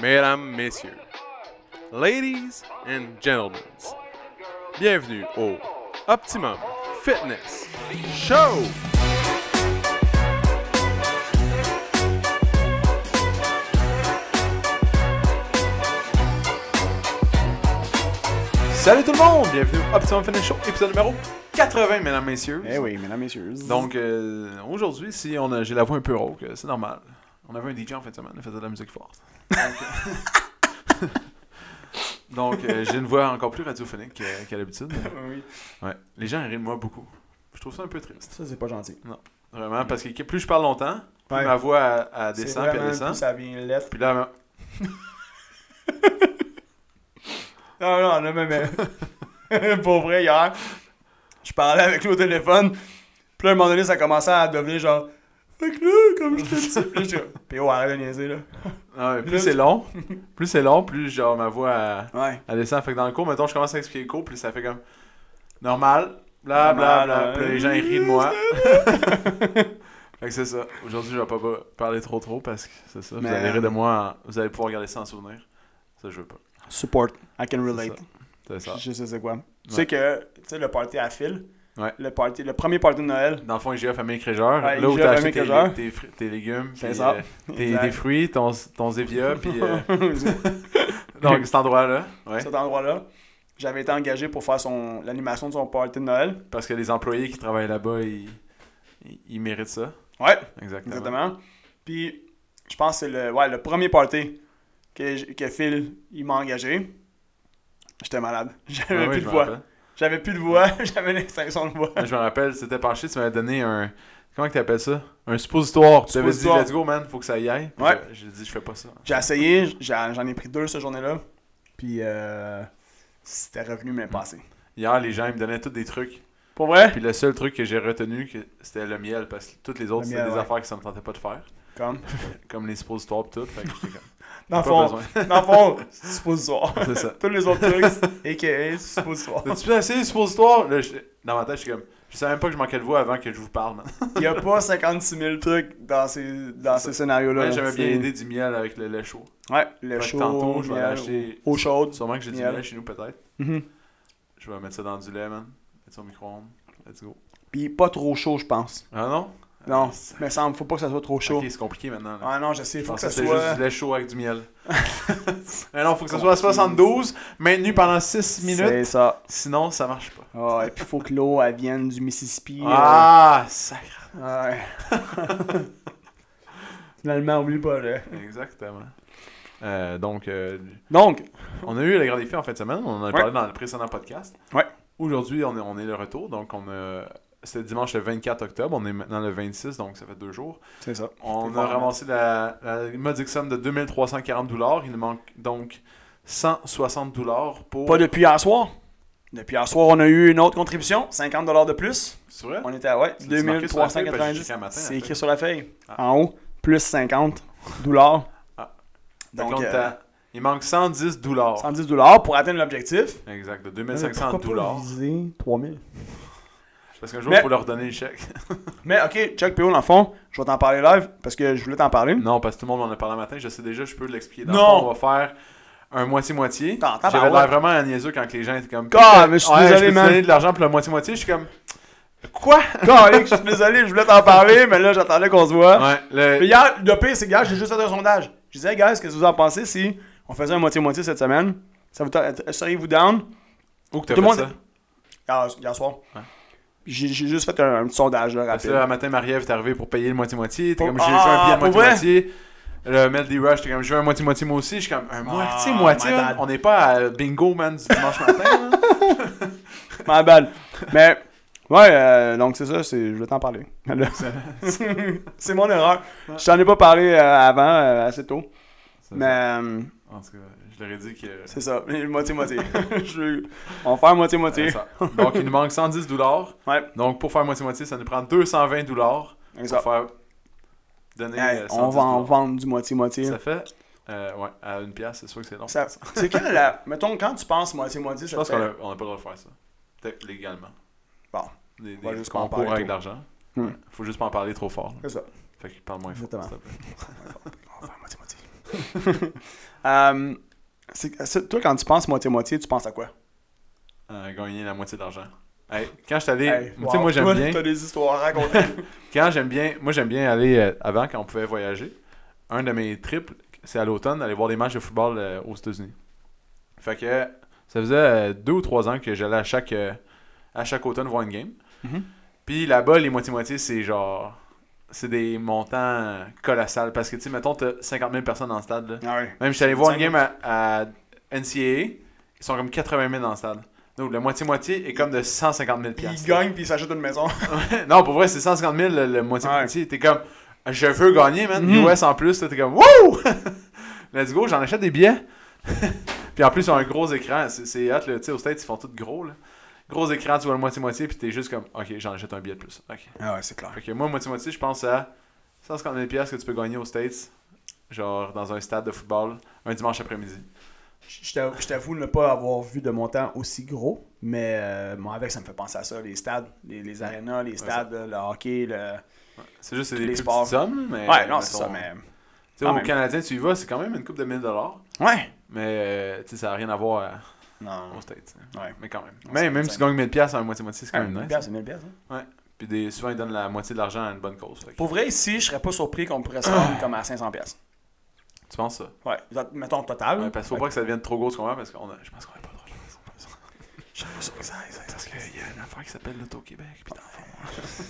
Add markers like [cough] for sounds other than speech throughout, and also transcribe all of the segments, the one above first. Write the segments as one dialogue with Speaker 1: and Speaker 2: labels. Speaker 1: mesdames, messieurs, ladies and gentlemen, bienvenue au Optimum Fitness Show! Salut tout le monde, bienvenue au Optimum Fitness Show, épisode numéro 80, mesdames, messieurs.
Speaker 2: Eh oui, mesdames, messieurs.
Speaker 1: Donc euh, aujourd'hui, si on a, j'ai la voix un peu rauque, euh, c'est normal. On avait un DJ en fin de semaine, il faisait de la musique forte. euh, [laughs] Donc, euh, j'ai une voix encore plus radiophonique que- qu'à l'habitude.
Speaker 2: Ah oui.
Speaker 1: Ouais. Les gens rient de moi beaucoup. Je trouve ça un peu triste.
Speaker 2: Ça, c'est pas gentil.
Speaker 1: Vraiment, parce que plus je parle longtemps, plus
Speaker 2: Ouais.
Speaker 1: ma voix elle- elle
Speaker 2: C'est
Speaker 1: descend, puis elle
Speaker 2: vraiment-
Speaker 1: descend.
Speaker 2: plus Ça vient l'être.
Speaker 1: Puis là, ma-
Speaker 2: Ah, Non, non, non, mais. mais- [laughs] Pour vrai, hier, je parlais avec lui au téléphone. Puis là, à un moment donné, ça commençait à devenir genre. Fait que là, comme je te dis. Puis là, j'étais comme, P.O., arrête de niaiser, là.
Speaker 1: Ah ouais, plus
Speaker 2: Là,
Speaker 1: c'est
Speaker 2: tu-
Speaker 1: long, plus c'est long, plus genre ma voix elle-
Speaker 2: Ouais.
Speaker 1: elle descend. Fait que dans le cours, mettons, je commence à expliquer le cours, puis ça fait comme normal, bla bla bla.
Speaker 2: Normal,
Speaker 1: Puis là, les gens ils rient de moi. [laughs] fait que c'est ça. Aujourd'hui, je vais pas ba- parler trop trop parce que c'est ça. Vous
Speaker 2: Mais- euh,
Speaker 1: allez rire de moi, en- vous allez pouvoir garder ça en souvenir. Ça, je veux pas.
Speaker 2: Support. I can relate.
Speaker 1: C'est ça.
Speaker 2: Je sais c'est quoi. Tu
Speaker 1: Ouais.
Speaker 2: sais que, tu sais, le party à fil.
Speaker 1: Ouais.
Speaker 2: Le, party, le premier party de Noël.
Speaker 1: Dans le fond, IGA Famille Crégeur,
Speaker 2: Ouais,
Speaker 1: là où
Speaker 2: IGA
Speaker 1: t'as acheté
Speaker 2: Famille
Speaker 1: tes,
Speaker 2: Crégeur.
Speaker 1: tes fri- tes légumes,
Speaker 2: C'est
Speaker 1: puis,
Speaker 2: ça.
Speaker 1: euh, tes,
Speaker 2: Exact. [laughs]
Speaker 1: tes fruits, ton, ton Zevia, puis euh, donc cet endroit-là. Ouais.
Speaker 2: cet endroit-là. J'avais été engagé pour faire son l'animation de son party de Noël.
Speaker 1: Parce que les employés qui travaillent là-bas, ils, ils, ils méritent ça.
Speaker 2: Ouais,
Speaker 1: Exactement.
Speaker 2: exactement. Puis, je pense que c'est le, ouais, le premier party que, j- que Phil il m'a engagé. J'étais malade. [laughs]
Speaker 1: Ouais,
Speaker 2: J'avais
Speaker 1: ouais, je
Speaker 2: plus de
Speaker 1: me
Speaker 2: voix.
Speaker 1: rappelle.
Speaker 2: J'avais plus de voix. [laughs] J'avais l'extinction de voix.
Speaker 1: Ouais, Je me rappelle, c'était penché, tu m'avais donné un. Comment que t'appelles ça Un suppositoire. Tu avais dit,
Speaker 2: Suppositoire.
Speaker 1: let's go, man, faut que ça y aille. Puis
Speaker 2: Ouais.
Speaker 1: je- J'ai dit, je fais pas ça.
Speaker 2: J'ai essayé. j'a- J'en ai pris deux cette journée-là. Puis, euh, c'était revenu même passé.
Speaker 1: Hier, les gens, ils me donnaient tous des trucs.
Speaker 2: Pour vrai?
Speaker 1: Puis le seul truc que j'ai retenu, que- c'était le miel, parce que toutes les autres,
Speaker 2: Le
Speaker 1: c'était
Speaker 2: miel,
Speaker 1: des
Speaker 2: ouais.
Speaker 1: affaires que ça me tentait pas de faire.
Speaker 2: Comme.
Speaker 1: Comme les suppositoires, pis tout. Fait que j'étais comme,
Speaker 2: Dans le
Speaker 1: pas
Speaker 2: fond,
Speaker 1: besoin. [laughs]
Speaker 2: [laughs] dans le fond, suppositoire. [laughs]
Speaker 1: C'est ça.
Speaker 2: Tous les
Speaker 1: [laughs]
Speaker 2: autres trucs, a.k.a. suppositoire.
Speaker 1: T'as-tu essayé les suppositoires Là, je- Dans ma tête, je suis comme, je savais même pas que je manquais de voix avant que je vous parle, man.
Speaker 2: Il n'y a pas 56 000 trucs dans ces, dans
Speaker 1: C'est
Speaker 2: ces scénarios-là.
Speaker 1: Ouais, J'avais bien
Speaker 2: C'est-
Speaker 1: aidé du miel avec le lait chaud.
Speaker 2: Ouais, le
Speaker 1: Fait que
Speaker 2: chaud.
Speaker 1: tantôt, je vais
Speaker 2: miel,
Speaker 1: aller acheter-
Speaker 2: Eau chaude.
Speaker 1: Sûrement que j'ai du
Speaker 2: Miel.
Speaker 1: miel chez nous, peut-être.
Speaker 2: Mhm.
Speaker 1: Je vais mettre ça dans du lait, man. Mettre ça au micro-ondes. Let's go.
Speaker 2: Puis pas trop chaud, je pense.
Speaker 1: Ah non
Speaker 2: Non,
Speaker 1: Ah, c'est-
Speaker 2: mais semble, faut pas que ça soit trop chaud.
Speaker 1: Ok, c'est compliqué maintenant. là.
Speaker 2: Ah non, je sais,
Speaker 1: Je
Speaker 2: faut que
Speaker 1: pensais
Speaker 2: ça
Speaker 1: que c'était
Speaker 2: soit.
Speaker 1: juste du lait chaud avec du
Speaker 2: [laughs]
Speaker 1: miel. Mais non, faut que ce soit à 72, maintenu pendant 6 minutes.
Speaker 2: C'est ça.
Speaker 1: Sinon, ça marche pas.
Speaker 2: Ah, et puis faut que l'eau, elle vienne du Mississippi.
Speaker 1: Ah, sacré.
Speaker 2: euh, ouais.
Speaker 1: [laughs]
Speaker 2: Finalement, oublie pas, là.
Speaker 1: Exactement. Euh, donc, euh,
Speaker 2: Donc,
Speaker 1: on a eu le grand défi en fin de semaine. On en a
Speaker 2: Ouais.
Speaker 1: parlé dans le précédent podcast.
Speaker 2: Ouais.
Speaker 1: Aujourd'hui, on est, on est le retour. Donc, on a. C'était dimanche le 24 octobre. On est maintenant le 26, donc ça fait deux jours.
Speaker 2: c'est ça.
Speaker 1: On
Speaker 2: Plus
Speaker 1: a
Speaker 2: fort,
Speaker 1: ramassé la, la modique somme de 2340 dollars. Il nous manque donc 160 dollars pour.
Speaker 2: Pas depuis hier soir. Depuis hier soir, on a eu une autre contribution, 50 de plus.
Speaker 1: C'est vrai?
Speaker 2: On était à ouais,
Speaker 1: C'est marqué sur la feuille, parce que j'ai
Speaker 2: 2390.
Speaker 1: checké un matin,
Speaker 2: C'est
Speaker 1: la
Speaker 2: écrit sur la feuille.
Speaker 1: Ah.
Speaker 2: En haut, plus 50 dollars.
Speaker 1: Ah.
Speaker 2: Donc,
Speaker 1: Donc, on est
Speaker 2: euh,
Speaker 1: à- il manque 110 dollars.
Speaker 2: 110 dollars pour atteindre l'objectif. Euh,
Speaker 1: Exact, de 2500 dollars.
Speaker 2: 3000.
Speaker 1: Parce qu'un jour, il
Speaker 2: Mais-
Speaker 1: faut leur donner le
Speaker 2: [laughs]
Speaker 1: chèque.
Speaker 2: Mais ok, Chuck PO, dans le fond, je vais t'en parler live parce que je voulais t'en parler.
Speaker 1: non, parce que tout le monde en a parlé le matin. Je sais déjà, je peux l'expliquer. Dans le
Speaker 2: Non.
Speaker 1: fond, on va faire un moitié-moitié.
Speaker 2: T'en- t'en
Speaker 1: J'avais
Speaker 2: parles,
Speaker 1: l'air vraiment à niaiseux quand que les gens étaient comme.
Speaker 2: God, mais je suis
Speaker 1: Ouais,
Speaker 2: désolé,
Speaker 1: peux te
Speaker 2: man.
Speaker 1: donner de l'argent pour le moitié-moitié. Je suis comme. Quoi?
Speaker 2: Calique, je suis désolé, je voulais t'en parler, mais là, j'attendais qu'on se voit.
Speaker 1: Ouais, le-
Speaker 2: Ah. Mais hier, le pire, c'est que hier, j'ai juste fait un sondage. Je disais, guys, qu'est-ce que vous en pensez si on faisait un moitié-moitié cette semaine Ça vous tente- euh, Seriez-vous down
Speaker 1: Où que t'as fait
Speaker 2: Tout le monde-
Speaker 1: ça?
Speaker 2: Hier, hier soir.
Speaker 1: Ouais.
Speaker 2: J'ai j'ai juste fait un, un petit sondage là,
Speaker 1: Parce que
Speaker 2: rapide.
Speaker 1: là, un matin, Marie-Ève est arrivée pour payer le moitié-moitié. T'es
Speaker 2: Oh,
Speaker 1: comme, j'ai
Speaker 2: ah,
Speaker 1: fait un billet
Speaker 2: pour
Speaker 1: de moitié-moitié. Le Melody Rush, t'es comme, je veux un moitié-moitié moi aussi. Je suis comme, un moitié-moitié.
Speaker 2: Ah, my
Speaker 1: man?
Speaker 2: bad.
Speaker 1: on n'est pas à bingo, man, du dimanche matin.
Speaker 2: [laughs]
Speaker 1: là.
Speaker 2: Ma balle. Mais, ouais, euh, donc c'est ça, c'est, je vais t'en parler. Là. [laughs] c'est mon erreur. Je t'en ai pas parlé euh, avant, euh, assez tôt. Mais, euh,
Speaker 1: En tout cas, je leur ai dit que.
Speaker 2: c'est ça,
Speaker 1: [laughs]
Speaker 2: moitié-moitié. [laughs] Je- on va faire
Speaker 1: C'est
Speaker 2: moitié-moitié.
Speaker 1: ça. Donc, il nous manque 110 dollars.
Speaker 2: Ouais,
Speaker 1: Donc, pour faire moitié-moitié, ça nous prend 220 dollars.
Speaker 2: c'est
Speaker 1: Pour
Speaker 2: ça.
Speaker 1: faire. Donner
Speaker 2: Hey,
Speaker 1: euh, 110
Speaker 2: on va en
Speaker 1: dollars.
Speaker 2: vendre du moitié-moitié.
Speaker 1: Ça fait. euh, ouais, à une pièce, c'est sûr que c'est long.
Speaker 2: Ça- C'est quelle la. Mettons, quand tu penses moitié-moitié,
Speaker 1: Je
Speaker 2: ça
Speaker 1: pense
Speaker 2: te fait-
Speaker 1: qu'on n'a pas le droit de faire ça. Peut-être légalement.
Speaker 2: Bon.
Speaker 1: Des,
Speaker 2: On va
Speaker 1: des
Speaker 2: juste pas en
Speaker 1: concours
Speaker 2: parler
Speaker 1: avec
Speaker 2: trop.
Speaker 1: de l'argent.
Speaker 2: Hmm.
Speaker 1: Faut juste pas en parler trop fort. là.
Speaker 2: C'est ça.
Speaker 1: Fait que parle moins fort,
Speaker 2: Exactement.
Speaker 1: s'il te plaît.
Speaker 2: On va faire moitié-moitié. [laughs] Euh, c'est- c'est- toi, quand tu penses moitié-moitié, tu penses à quoi?
Speaker 1: Euh, gagner la moitié de l'argent. Hey, quand je suis allé.
Speaker 2: Hey,
Speaker 1: tu sais,
Speaker 2: wow,
Speaker 1: moi, j'aime
Speaker 2: toi,
Speaker 1: bien.
Speaker 2: T'as des histoires
Speaker 1: [laughs]
Speaker 2: à raconter.
Speaker 1: Quand j'aime bien, moi j'aime bien aller euh, avant quand on pouvait voyager. Un de mes trips, c'est à l'automne d'aller voir des matchs de football euh, aux États-Unis. Fait que euh, ça faisait euh, deux ou trois ans que j'allais à chaque euh, à chaque automne voir une game.
Speaker 2: Mhm.
Speaker 1: Puis là-bas, les moitié-moitié, c'est genre c'est des montants colossales parce que tu sais, mettons t'as 50 000 personnes dans le stade. Là.
Speaker 2: ah ouais.
Speaker 1: Même j'étais allé voir une
Speaker 2: 50 000.
Speaker 1: game à, à NCAA, ils sont comme 80 000 dans le stade. Donc la moitié-moitié est comme de 150 000
Speaker 2: Puis il
Speaker 1: piastres.
Speaker 2: gagne, puis il s'achète une maison. [laughs]
Speaker 1: Non, pour vrai, c'est 150 000 le, le moitié
Speaker 2: Ouais.
Speaker 1: moitié. T'es comme, je veux gagner, man.
Speaker 2: Mhm.
Speaker 1: US en plus, là, t'es comme, wouh! [laughs] Let's go, j'en achète des billets. [laughs] puis en plus, ils ont un gros écran. C'est- C'est hot, là. Tu sais, aux States, ils font tout gros, là. Gros écran, tu vois le moitié-moitié, puis t'es juste comme, ok, j'en achète un billet de plus. Ok.
Speaker 2: Ah ouais, c'est clair.
Speaker 1: Fait que moi, moitié-moitié, je pense à 150 000 piastres que tu peux gagner aux States, genre dans un stade de football, un dimanche après-midi.
Speaker 2: Je je t'avoue- je t'avoue ne pas avoir vu de montant aussi gros, mais euh, moi, avec, ça me fait penser à ça. Les stades, les, les arénas, les stades, le hockey, le...
Speaker 1: C'est juste c'est
Speaker 2: Tous
Speaker 1: des
Speaker 2: les
Speaker 1: plus
Speaker 2: sports.
Speaker 1: petites sommes, mais.
Speaker 2: Ouais, non, c'est
Speaker 1: mettons,
Speaker 2: ça, mais...
Speaker 1: Tu sais,
Speaker 2: quand
Speaker 1: au
Speaker 2: même.
Speaker 1: Canadien, tu y vas, c'est quand même une coupe de 1000 dollars,
Speaker 2: Ouais!
Speaker 1: mais euh, tu sais, ça n'a rien à voir à-
Speaker 2: Non,
Speaker 1: Aux States. hein.
Speaker 2: ouais.
Speaker 1: Mais quand même.
Speaker 2: Ouais, c'est
Speaker 1: Même, même si tu
Speaker 2: insane.
Speaker 1: gagnes 1000 pièces en moitié-moitié, c'est quand même
Speaker 2: Mille
Speaker 1: nice.
Speaker 2: piastres, c'est mille piastres, hein.
Speaker 1: Puis des, souvent, ils donnent la moitié de l'argent à une bonne cause. Fait que-
Speaker 2: Pour vrai, ici, je serais pas surpris qu'on pourrait se rendre comme à 500 pièces.
Speaker 1: tu penses ça?
Speaker 2: Ouais, mettons total.
Speaker 1: Ouais, parce qu'il faut
Speaker 2: Fait
Speaker 1: pas que ça devienne trop gros ce qu'on a, parce qu'on a, je pense qu'on a pas le droit de faire ça.
Speaker 2: Je serais pas surpris que ça aille, ça aille, ça
Speaker 1: Parce
Speaker 2: aille.
Speaker 1: qu'il y a une affaire qui s'appelle l'Auto-Québec,
Speaker 2: Ah,
Speaker 1: puis dans le fond,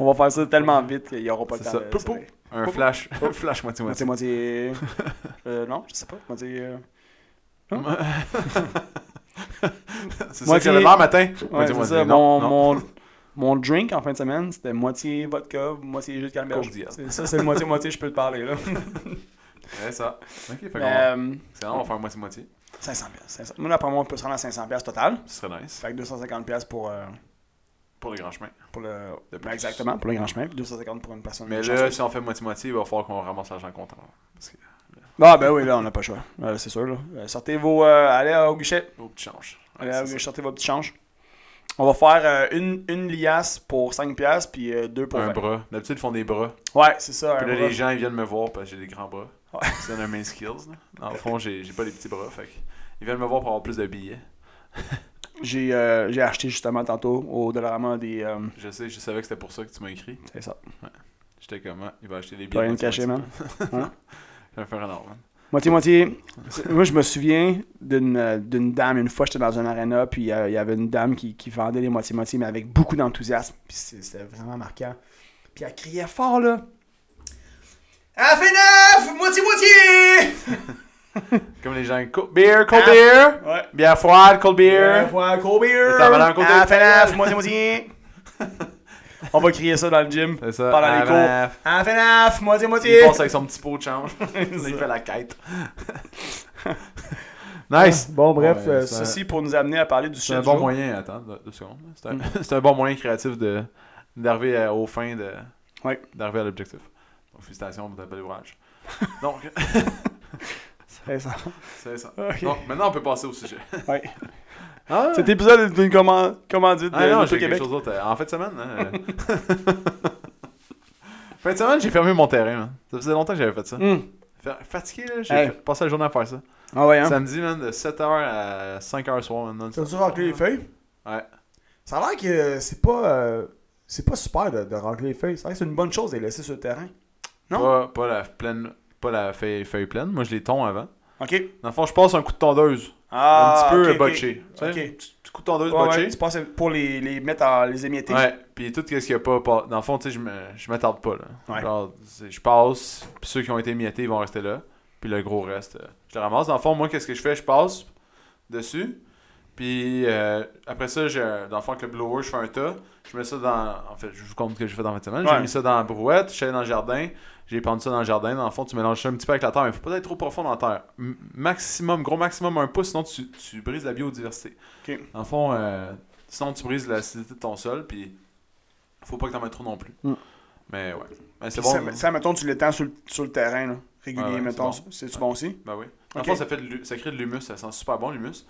Speaker 2: On va faire ça tellement vite qu'il y aura pas le
Speaker 1: C'est
Speaker 2: temps
Speaker 1: ça.
Speaker 2: de-
Speaker 1: Pou,
Speaker 2: c'est
Speaker 1: pou.
Speaker 2: vrai.
Speaker 1: Un
Speaker 2: Oh.
Speaker 1: flash, un flash moitié-moitié. [laughs]
Speaker 2: Moitié-moitié... Euh, non, je sais pas. Moitié... euh,
Speaker 1: c'est ça que
Speaker 2: Moitié-
Speaker 1: le lendemain matin.
Speaker 2: Ouais, c'est ça.
Speaker 1: Moitié-moitié. Non,
Speaker 2: mon,
Speaker 1: non. [laughs]
Speaker 2: Mon, mon drink en fin de semaine, c'était moitié vodka, moitié jus de canneberge.
Speaker 1: Coke Diet.
Speaker 2: C'est- Ça, c'est le moitié-moitié, je peux te parler. Là.
Speaker 1: Ouais, ça. Ok, fait qu'on
Speaker 2: Mais, euh,
Speaker 1: c'est bon, on va faire moitié-moitié.
Speaker 2: 500 pièces. Moi, d'après moi, on peut se rendre à 500 pièces total.
Speaker 1: Ce serait nice.
Speaker 2: Fait que 250 pièces pour, euh,
Speaker 1: Pour les grands chemins.
Speaker 2: pour le...
Speaker 1: De
Speaker 2: ben,
Speaker 1: plus.
Speaker 2: exactement, pour le grand chemin. puis 250 pour une personne.
Speaker 1: Mais là,
Speaker 2: chanceuse.
Speaker 1: si on fait moitié-moitié, il va falloir qu'on ramasse l'argent comptant. Parce que,
Speaker 2: Ah, ben oui, là, on n'a pas le choix. Euh, c'est sûr, là. Euh, sortez vos... euh, allez au guichet.
Speaker 1: au petit change. Ouais,
Speaker 2: Allez,
Speaker 1: c'est
Speaker 2: euh,
Speaker 1: ça.
Speaker 2: sortez vos petits changes. On va faire euh, une, une liasse pour 5 pièces puis euh, deux pour
Speaker 1: Un
Speaker 2: 20.
Speaker 1: bras. D'habitude, ils font des bras.
Speaker 2: Ouais, c'est ça. un
Speaker 1: Puis là,
Speaker 2: bras.
Speaker 1: les gens, ils viennent me voir parce que j'ai des grands bras.
Speaker 2: Ouais.
Speaker 1: C'est un de mes skills. Là. Dans le fond, j'ai j'ai pas des petits bras. Fait que ils viennent me voir pour avoir plus de billets.
Speaker 2: J'ai euh, j'ai acheté justement tantôt au Dollarama des. euh,
Speaker 1: Je sais, je savais que c'était pour ça que tu m'as écrit.
Speaker 2: c'est ça.
Speaker 1: J'étais comme, ah, il va acheter des
Speaker 2: Pas
Speaker 1: billets.
Speaker 2: rien de caché, man.
Speaker 1: J'ai un fer en or, man.
Speaker 2: Moitié-moitié. Moi, je me souviens d'une euh, d'une dame, une fois, j'étais dans un arena, puis euh, il y avait une dame qui, qui vendait les moitié-moitié, mais avec beaucoup d'enthousiasme. Puis c'est- c'était vraiment marquant. Puis elle criait fort, là. Elle fait neuf! Moitié-moitié!
Speaker 1: Comme les gens, cold beer, cold
Speaker 2: Ah.
Speaker 1: beer.
Speaker 2: Ouais.
Speaker 1: Bière froide, cold beer.
Speaker 2: Beer. Fois cold beer.
Speaker 1: Attends, madame, côté-
Speaker 2: À FNAF, moitié moitié. [laughs] On va crier ça dans le gym.
Speaker 1: C'est ça. Ah,
Speaker 2: Pendant les
Speaker 1: avant,
Speaker 2: À FNAF, moitié
Speaker 1: Il
Speaker 2: moitié.
Speaker 1: passe avec son petit pot de [laughs] change. il fait la quête. [laughs] Ah, nice.
Speaker 2: Bon, bref,
Speaker 1: Ouais,
Speaker 2: euh,
Speaker 1: c'est un-
Speaker 2: ceci pour nous amener à parler du
Speaker 1: C'est
Speaker 2: sujet
Speaker 1: un
Speaker 2: du
Speaker 1: bon
Speaker 2: jour.
Speaker 1: moyen, attends, deux, deux secondes. C'est un, [laughs] c'est un bon moyen créatif de- d'arriver à- au fin de
Speaker 2: Ouais.
Speaker 1: d'arriver à l'objectif. Donc félicitations pour ta belle [laughs] ouvrage. Donc
Speaker 2: C'est ça.
Speaker 1: c'est ça.
Speaker 2: Ok.
Speaker 1: Donc, maintenant on peut passer au sujet.
Speaker 2: Ouais. [laughs]
Speaker 1: Ah,
Speaker 2: Cet épisode est une commande, commandite de
Speaker 1: ah non, j'ai quelque
Speaker 2: Québec.
Speaker 1: chose d'autre. euh, En fin de semaine. hein, euh. [laughs] fin de semaine, j'ai fermé mon terrain. man. Ça faisait longtemps que j'avais fait ça. Fa- Fatigué, là, j'ai
Speaker 2: Hey.
Speaker 1: fait- passé la journée à faire ça.
Speaker 2: Hmm. Ah ouais, hein.
Speaker 1: Samedi, man, de 7h à 5h le soir, man, non-stop.
Speaker 2: T'as-tu raclé les feuilles?
Speaker 1: Ouais.
Speaker 2: Ça a l'air que euh, c'est pas, euh, c'est pas super de, de racler les feuilles. C'est vrai que c'est une bonne chose de les laisser sur le terrain. Non?
Speaker 1: Pas, pas la pleine, pas la feuille, feuille pleine. Moi, je les tond avant.
Speaker 2: OK.
Speaker 1: Dans le fond, je passe un coup de tondeuse.
Speaker 2: Ah,
Speaker 1: un petit peu
Speaker 2: ok, ok.
Speaker 1: euh, botché. Tu sais,
Speaker 2: Ok.
Speaker 1: un petit petit coup de tondeuse
Speaker 2: Ouais,
Speaker 1: botché.
Speaker 2: ouais, tu penses pour les, les mettre en les émietter.
Speaker 1: Ouais, puis tout ce qu'il y a pas, pas- Dans le fond, tu sais, je me- je m'attarde pas. Là.
Speaker 2: Ouais.
Speaker 1: Genre, c'est- je passe, puis ceux qui ont été émiettés, ils vont rester là. Puis le gros reste, euh, je le ramasse. Dans le fond, moi, qu'est-ce que je fais Je passe dessus. Puis euh, après ça, je, dans le fond, avec le blower, je fais un tas. Je mets ça dans. En fait, je vous compte ce que j'ai fait dans cette semaine.
Speaker 2: Ouais.
Speaker 1: J'ai mis ça dans la brouette, je suis allé dans le jardin. J'ai pendu ça dans le jardin. Dans le fond, tu mélanges ça un petit peu avec la terre, mais faut pas être trop profond dans la terre. M- maximum, gros maximum, un pouce, sinon tu, tu brises la biodiversité.
Speaker 2: Ok.
Speaker 1: Dans le fond, euh, sinon tu brises l'acidité de ton sol, puis faut pas que t'en mettes trop non plus.
Speaker 2: Mm.
Speaker 1: Mais ouais. Mais c'est
Speaker 2: Puis
Speaker 1: bon.
Speaker 2: Ça, ça, mettons, tu l'étends sur, le- sur le terrain, là, régulier,
Speaker 1: Ouais, ouais,
Speaker 2: mettons.
Speaker 1: c'est
Speaker 2: C'est-tu bon aussi?
Speaker 1: Ben oui. Dans
Speaker 2: Ok.
Speaker 1: le fond, ça, fait de l'hu- ça crée de l'humus, ça sent super bon l'humus.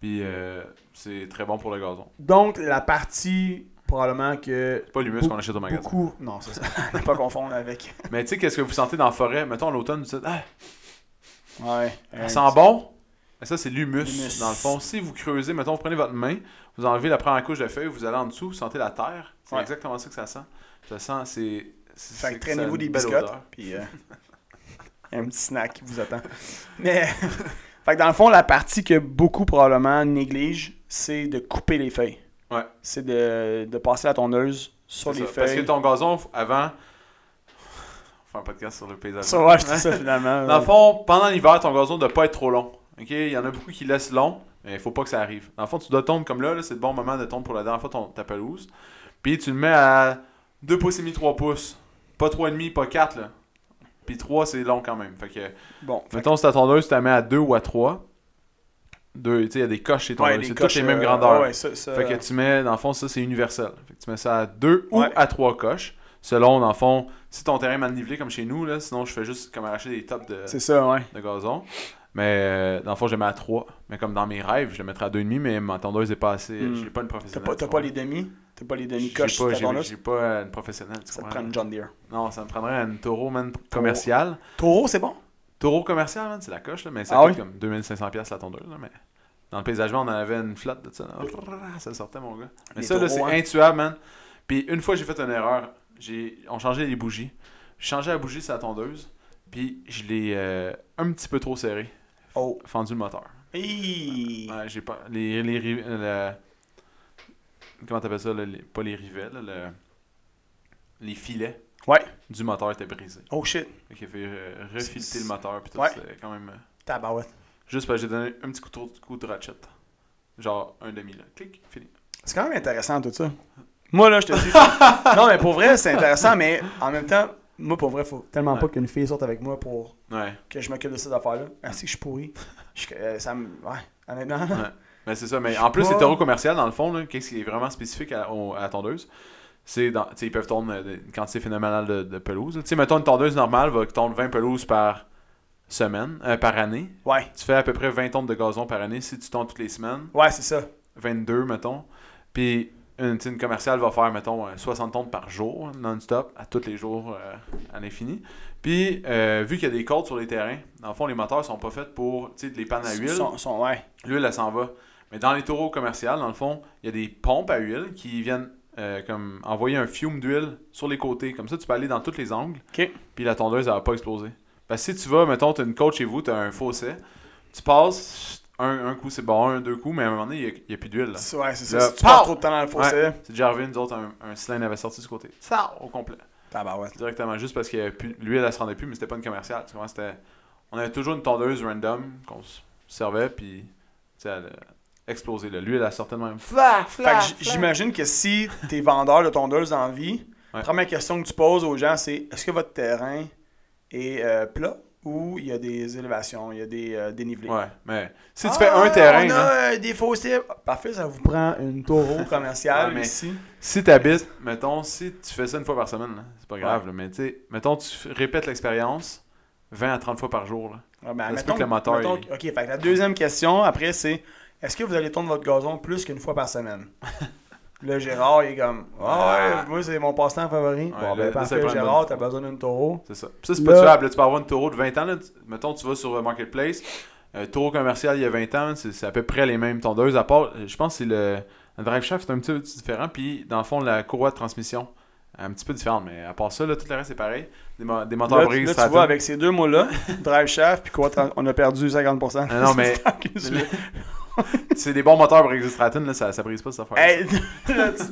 Speaker 1: Puis euh, c'est très bon pour le gazon.
Speaker 2: Donc, la partie, probablement que
Speaker 1: C'est pas l'humus
Speaker 2: Bou-
Speaker 1: qu'on achète au magasin.
Speaker 2: beaucoup... Non, c'est ça. [laughs] ne pas confondre avec...
Speaker 1: Mais tu sais, qu'est-ce que vous sentez dans la forêt? Mettons, à l'automne, vous dites, ah,
Speaker 2: Ouais. euh,
Speaker 1: Ça sent bon. Mais ça, c'est l'humus.
Speaker 2: L'humus.
Speaker 1: Dans le fond, si vous creusez, mettons, vous prenez votre main, vous enlevez la première couche de feuille, vous allez en dessous, vous sentez la terre. C'est
Speaker 2: Ouais.
Speaker 1: exactement ça que ça sent. Ça sent, c'est. c'est-
Speaker 2: Fait
Speaker 1: c'est-
Speaker 2: que traînez-vous
Speaker 1: ça a
Speaker 2: des
Speaker 1: une belle
Speaker 2: biscottes,
Speaker 1: odeur.
Speaker 2: puis euh, [laughs] un petit snack qui vous attend. Mais, [laughs] fait que dans le fond, la partie que beaucoup probablement négligent, c'est de couper les feuilles.
Speaker 1: Ouais.
Speaker 2: C'est de, de passer la tondeuse sur
Speaker 1: C'est
Speaker 2: les
Speaker 1: ça. Parce que
Speaker 2: feuilles.
Speaker 1: ton gazon, f- avant. On fait un podcast sur le paysage.
Speaker 2: Ça, ouais, c'est ça finalement.
Speaker 1: Dans le fond, pendant l'hiver, ton gazon ne doit pas être trop long. OK? Il y en a beaucoup qui laissent long, mais il faut pas que ça arrive. Dans le fond, tu dois tondre comme là, là, c'est le bon moment de tondre pour la dernière fois ton, ta pelouse. Puis tu le mets à 2 pouces et demi, 3 pouces. Pas 3,5, pas 4, là. Puis 3, c'est long quand même. Fait que,
Speaker 2: Bon, fait
Speaker 1: mettons, si ta tondeuse, tu la mets à 2 ou à 3. Deux, tu sais, il y a des coches chez
Speaker 2: que- ouais,
Speaker 1: tondeuses.
Speaker 2: les
Speaker 1: c'est toutes
Speaker 2: coches,
Speaker 1: les mêmes
Speaker 2: euh,
Speaker 1: grandeurs.
Speaker 2: ouais, ça- ça-
Speaker 1: Fait que tu mets, dans le fond, ça c'est universel. Fait que tu mets ça à deux
Speaker 2: Euh, Ouais.
Speaker 1: ou à trois coches. Selon, dans le fond, si ton terrain est mal nivelé comme chez nous, là, sinon je fais juste comme arracher des tops de,
Speaker 2: C'est ça, ouais.
Speaker 1: de gazon. Mais euh, dans le fond, je le mets à trois. Mais comme dans mes rêves, je le mettrais à deux et demi, mais ma tondeuse est pas assez.
Speaker 2: Hmm.
Speaker 1: J'ai pas une
Speaker 2: T'as
Speaker 1: professionnelle.
Speaker 2: pas, t'as
Speaker 1: tu
Speaker 2: pas
Speaker 1: comprends?
Speaker 2: les demi, t'as pas les
Speaker 1: J'ai
Speaker 2: demi-coches sur
Speaker 1: pas-
Speaker 2: ta
Speaker 1: J'ai
Speaker 2: tondeuse.
Speaker 1: j'ai pas une professionnelle. tu
Speaker 2: Ça te
Speaker 1: comprends?
Speaker 2: prend une John Deere.
Speaker 1: Non, ça me prendrait un taureau, man, commercial.
Speaker 2: Taureau, c'est bon?
Speaker 1: Taureau commercial, man, c'est la coche, là, mais ça
Speaker 2: Ah
Speaker 1: coûte
Speaker 2: oui?
Speaker 1: comme 2500$ la tondeuse. Là, mais dans le paysagement, on en avait une flotte de ça. là. Ça sortait, mon gars. Mais
Speaker 2: Les
Speaker 1: ça, là, c'est
Speaker 2: taureaux, hein.
Speaker 1: intuable, man. Puis une fois, j'ai fait une erreur. J'ai... On changeait les bougies. J'ai changé la bougie sur la tondeuse. Puis je l'ai euh, un petit peu trop serré.
Speaker 2: Oh.
Speaker 1: Fendu le moteur.
Speaker 2: Hi.
Speaker 1: Ouais, j'ai pas... Les, les riv- euh, le- Comment t'appelles ça? là, les- Pas les rivets, là, le- Les filets
Speaker 2: Ouais.
Speaker 1: du moteur étaient brisés.
Speaker 2: Oh shit.
Speaker 1: Fait qu'il a fait euh, refileter le moteur. Puis tout,
Speaker 2: Ouais.
Speaker 1: c'était quand même... euh,
Speaker 2: Tabarouette.
Speaker 1: Juste parce que j'ai donné un petit coup de, coup de ratchet. Genre un demi là. Clic, fini.
Speaker 2: C'est quand même intéressant tout ça. Moi là, je te dis. [laughs] faut- non mais pour vrai, c'est intéressant, mais en même temps, moi pour vrai, faut tellement pas
Speaker 1: Ouais.
Speaker 2: qu'une fille sorte avec moi pour
Speaker 1: Ouais.
Speaker 2: que je m'occupe de cette affaire-là. Merci que je suis pourri. Je suis que- euh, ça me. Ouais, honnêtement.
Speaker 1: Ouais. Mais c'est ça. Mais en plus,
Speaker 2: pas.
Speaker 1: les taureaux commerciaux, dans le fond, là, qu'est-ce qui est vraiment spécifique à, au- à la tondeuse, c'est dans- tu sais, ils peuvent tondre euh, une quantité phénoménale de, de pelouse. Tu sais, mettons, une tondeuse normale va tondre 20 pelouses par semaine, euh, par année.
Speaker 2: Ouais,
Speaker 1: Tu fais à peu près 20 tonnes de gazon par année si tu tondes toutes les semaines.
Speaker 2: ouais, c'est ça.
Speaker 1: 22, mettons. Puis une, tu sais, une commerciale va faire, mettons, euh, 60 tonnes par jour, hein, non-stop, à tous les jours, euh, à l'infini. Puis, euh, vu qu'il y a des côtes sur les terrains, dans le fond, les moteurs sont pas faits pour, tu sais, des pannes à huile.
Speaker 2: Son- son- ouais.
Speaker 1: L'huile, elle s'en va. Mais dans les taureaux commerciaux, dans le fond, il y a des pompes à huile qui viennent euh, comme envoyer un fiume d'huile sur les côtés. Comme ça, tu peux aller dans tous les angles.
Speaker 2: Ok.
Speaker 1: Puis la tondeuse, elle va pas exploser. Parce que si tu vas, mettons, tu as une côte chez vous, tu as un fossé, tu passes, un, un coup c'est bon, un, deux coups, mais à un moment donné, il n'y a, plus d'huile. là.
Speaker 2: C'est- Ouais, c'est ça.
Speaker 1: Le
Speaker 2: Si tu passes
Speaker 1: pow!
Speaker 2: trop de temps dans le fossé,
Speaker 1: C'est déjà arrivé, nous autres, un, un cylindre avait sorti du côté. Ça, au complet.
Speaker 2: tabarouette.
Speaker 1: Directement, juste parce que l'huile, elle se rendait plus, mais c'était pas une commerciale. Tu comprends? C'était- On avait toujours une tondeuse random qu'on s- servait, puis tu sais, elle a explosé. là. L'huile, elle sortait de même. Fla,
Speaker 2: Fait que
Speaker 1: fla,
Speaker 2: j-
Speaker 1: fla.
Speaker 2: j'imagine que si t'es vendeur de tondeuse en vie,
Speaker 1: Ouais.
Speaker 2: première question que tu poses aux gens, c'est est-ce que votre terrain est euh, plat ou il y a des élévations, il y a des euh, dénivelés?
Speaker 1: Ouais, mais si tu fais un terrain,
Speaker 2: on
Speaker 1: là,
Speaker 2: a, euh, des fossiles. Parfait, ça vous prend une
Speaker 1: [laughs]
Speaker 2: taureau commerciale
Speaker 1: Ouais, mais-
Speaker 2: ici.
Speaker 1: si tu habites, mettons, si tu fais ça une fois par semaine, là, c'est pas grave, là, mais tu sais, mettons, tu f- répètes l'expérience 20 à 30 fois par jour. là.
Speaker 2: Ouais, ben,
Speaker 1: Ça se
Speaker 2: mettons-
Speaker 1: peut que le moteur,
Speaker 2: mettons-
Speaker 1: il-
Speaker 2: OK, fait que la deuxième question, après, c'est est-ce que vous allez tourner votre gazon plus qu'une fois
Speaker 1: [laughs]
Speaker 2: par semaine? Là, Gérard, il est comme Ah ouais, moi, c'est mon passe-temps favori. bon,
Speaker 1: là,
Speaker 2: ben,
Speaker 1: là, ça
Speaker 2: parfait,
Speaker 1: prend une
Speaker 2: Gérard,
Speaker 1: bonne-
Speaker 2: t'as besoin d'une taureau.
Speaker 1: C'est ça. Puis ça, c'est
Speaker 2: Là-
Speaker 1: pas tuable. là. Tu peux avoir une taureau de 20 ans. là. Tu- Mettons, tu vas sur euh, Marketplace. Euh, taureau commercial il y a 20 ans, c'est c'est à peu près les mêmes tondeuses. À part, euh, je pense que c'est le, le drive shaft est un petit peu différent. Puis, dans le fond, la courroie de transmission est un petit peu différente. Mais à part ça, là, tout le reste, c'est pareil. Des, mo- des moteurs
Speaker 2: Là, tu-
Speaker 1: brise,
Speaker 2: là,
Speaker 1: ça
Speaker 2: tu vois,
Speaker 1: tourne.
Speaker 2: avec ces
Speaker 1: [laughs]
Speaker 2: deux mots-là, drive shaft, puis quoi, t'en- on a perdu 50%.
Speaker 1: Ah
Speaker 2: [laughs]
Speaker 1: non, mais-
Speaker 2: C'est
Speaker 1: Mais le- [laughs] c'est des bons moteurs Briggs Stratton, là, ça, ça brise pas cette affaire.
Speaker 2: Hey, [laughs] là, tu-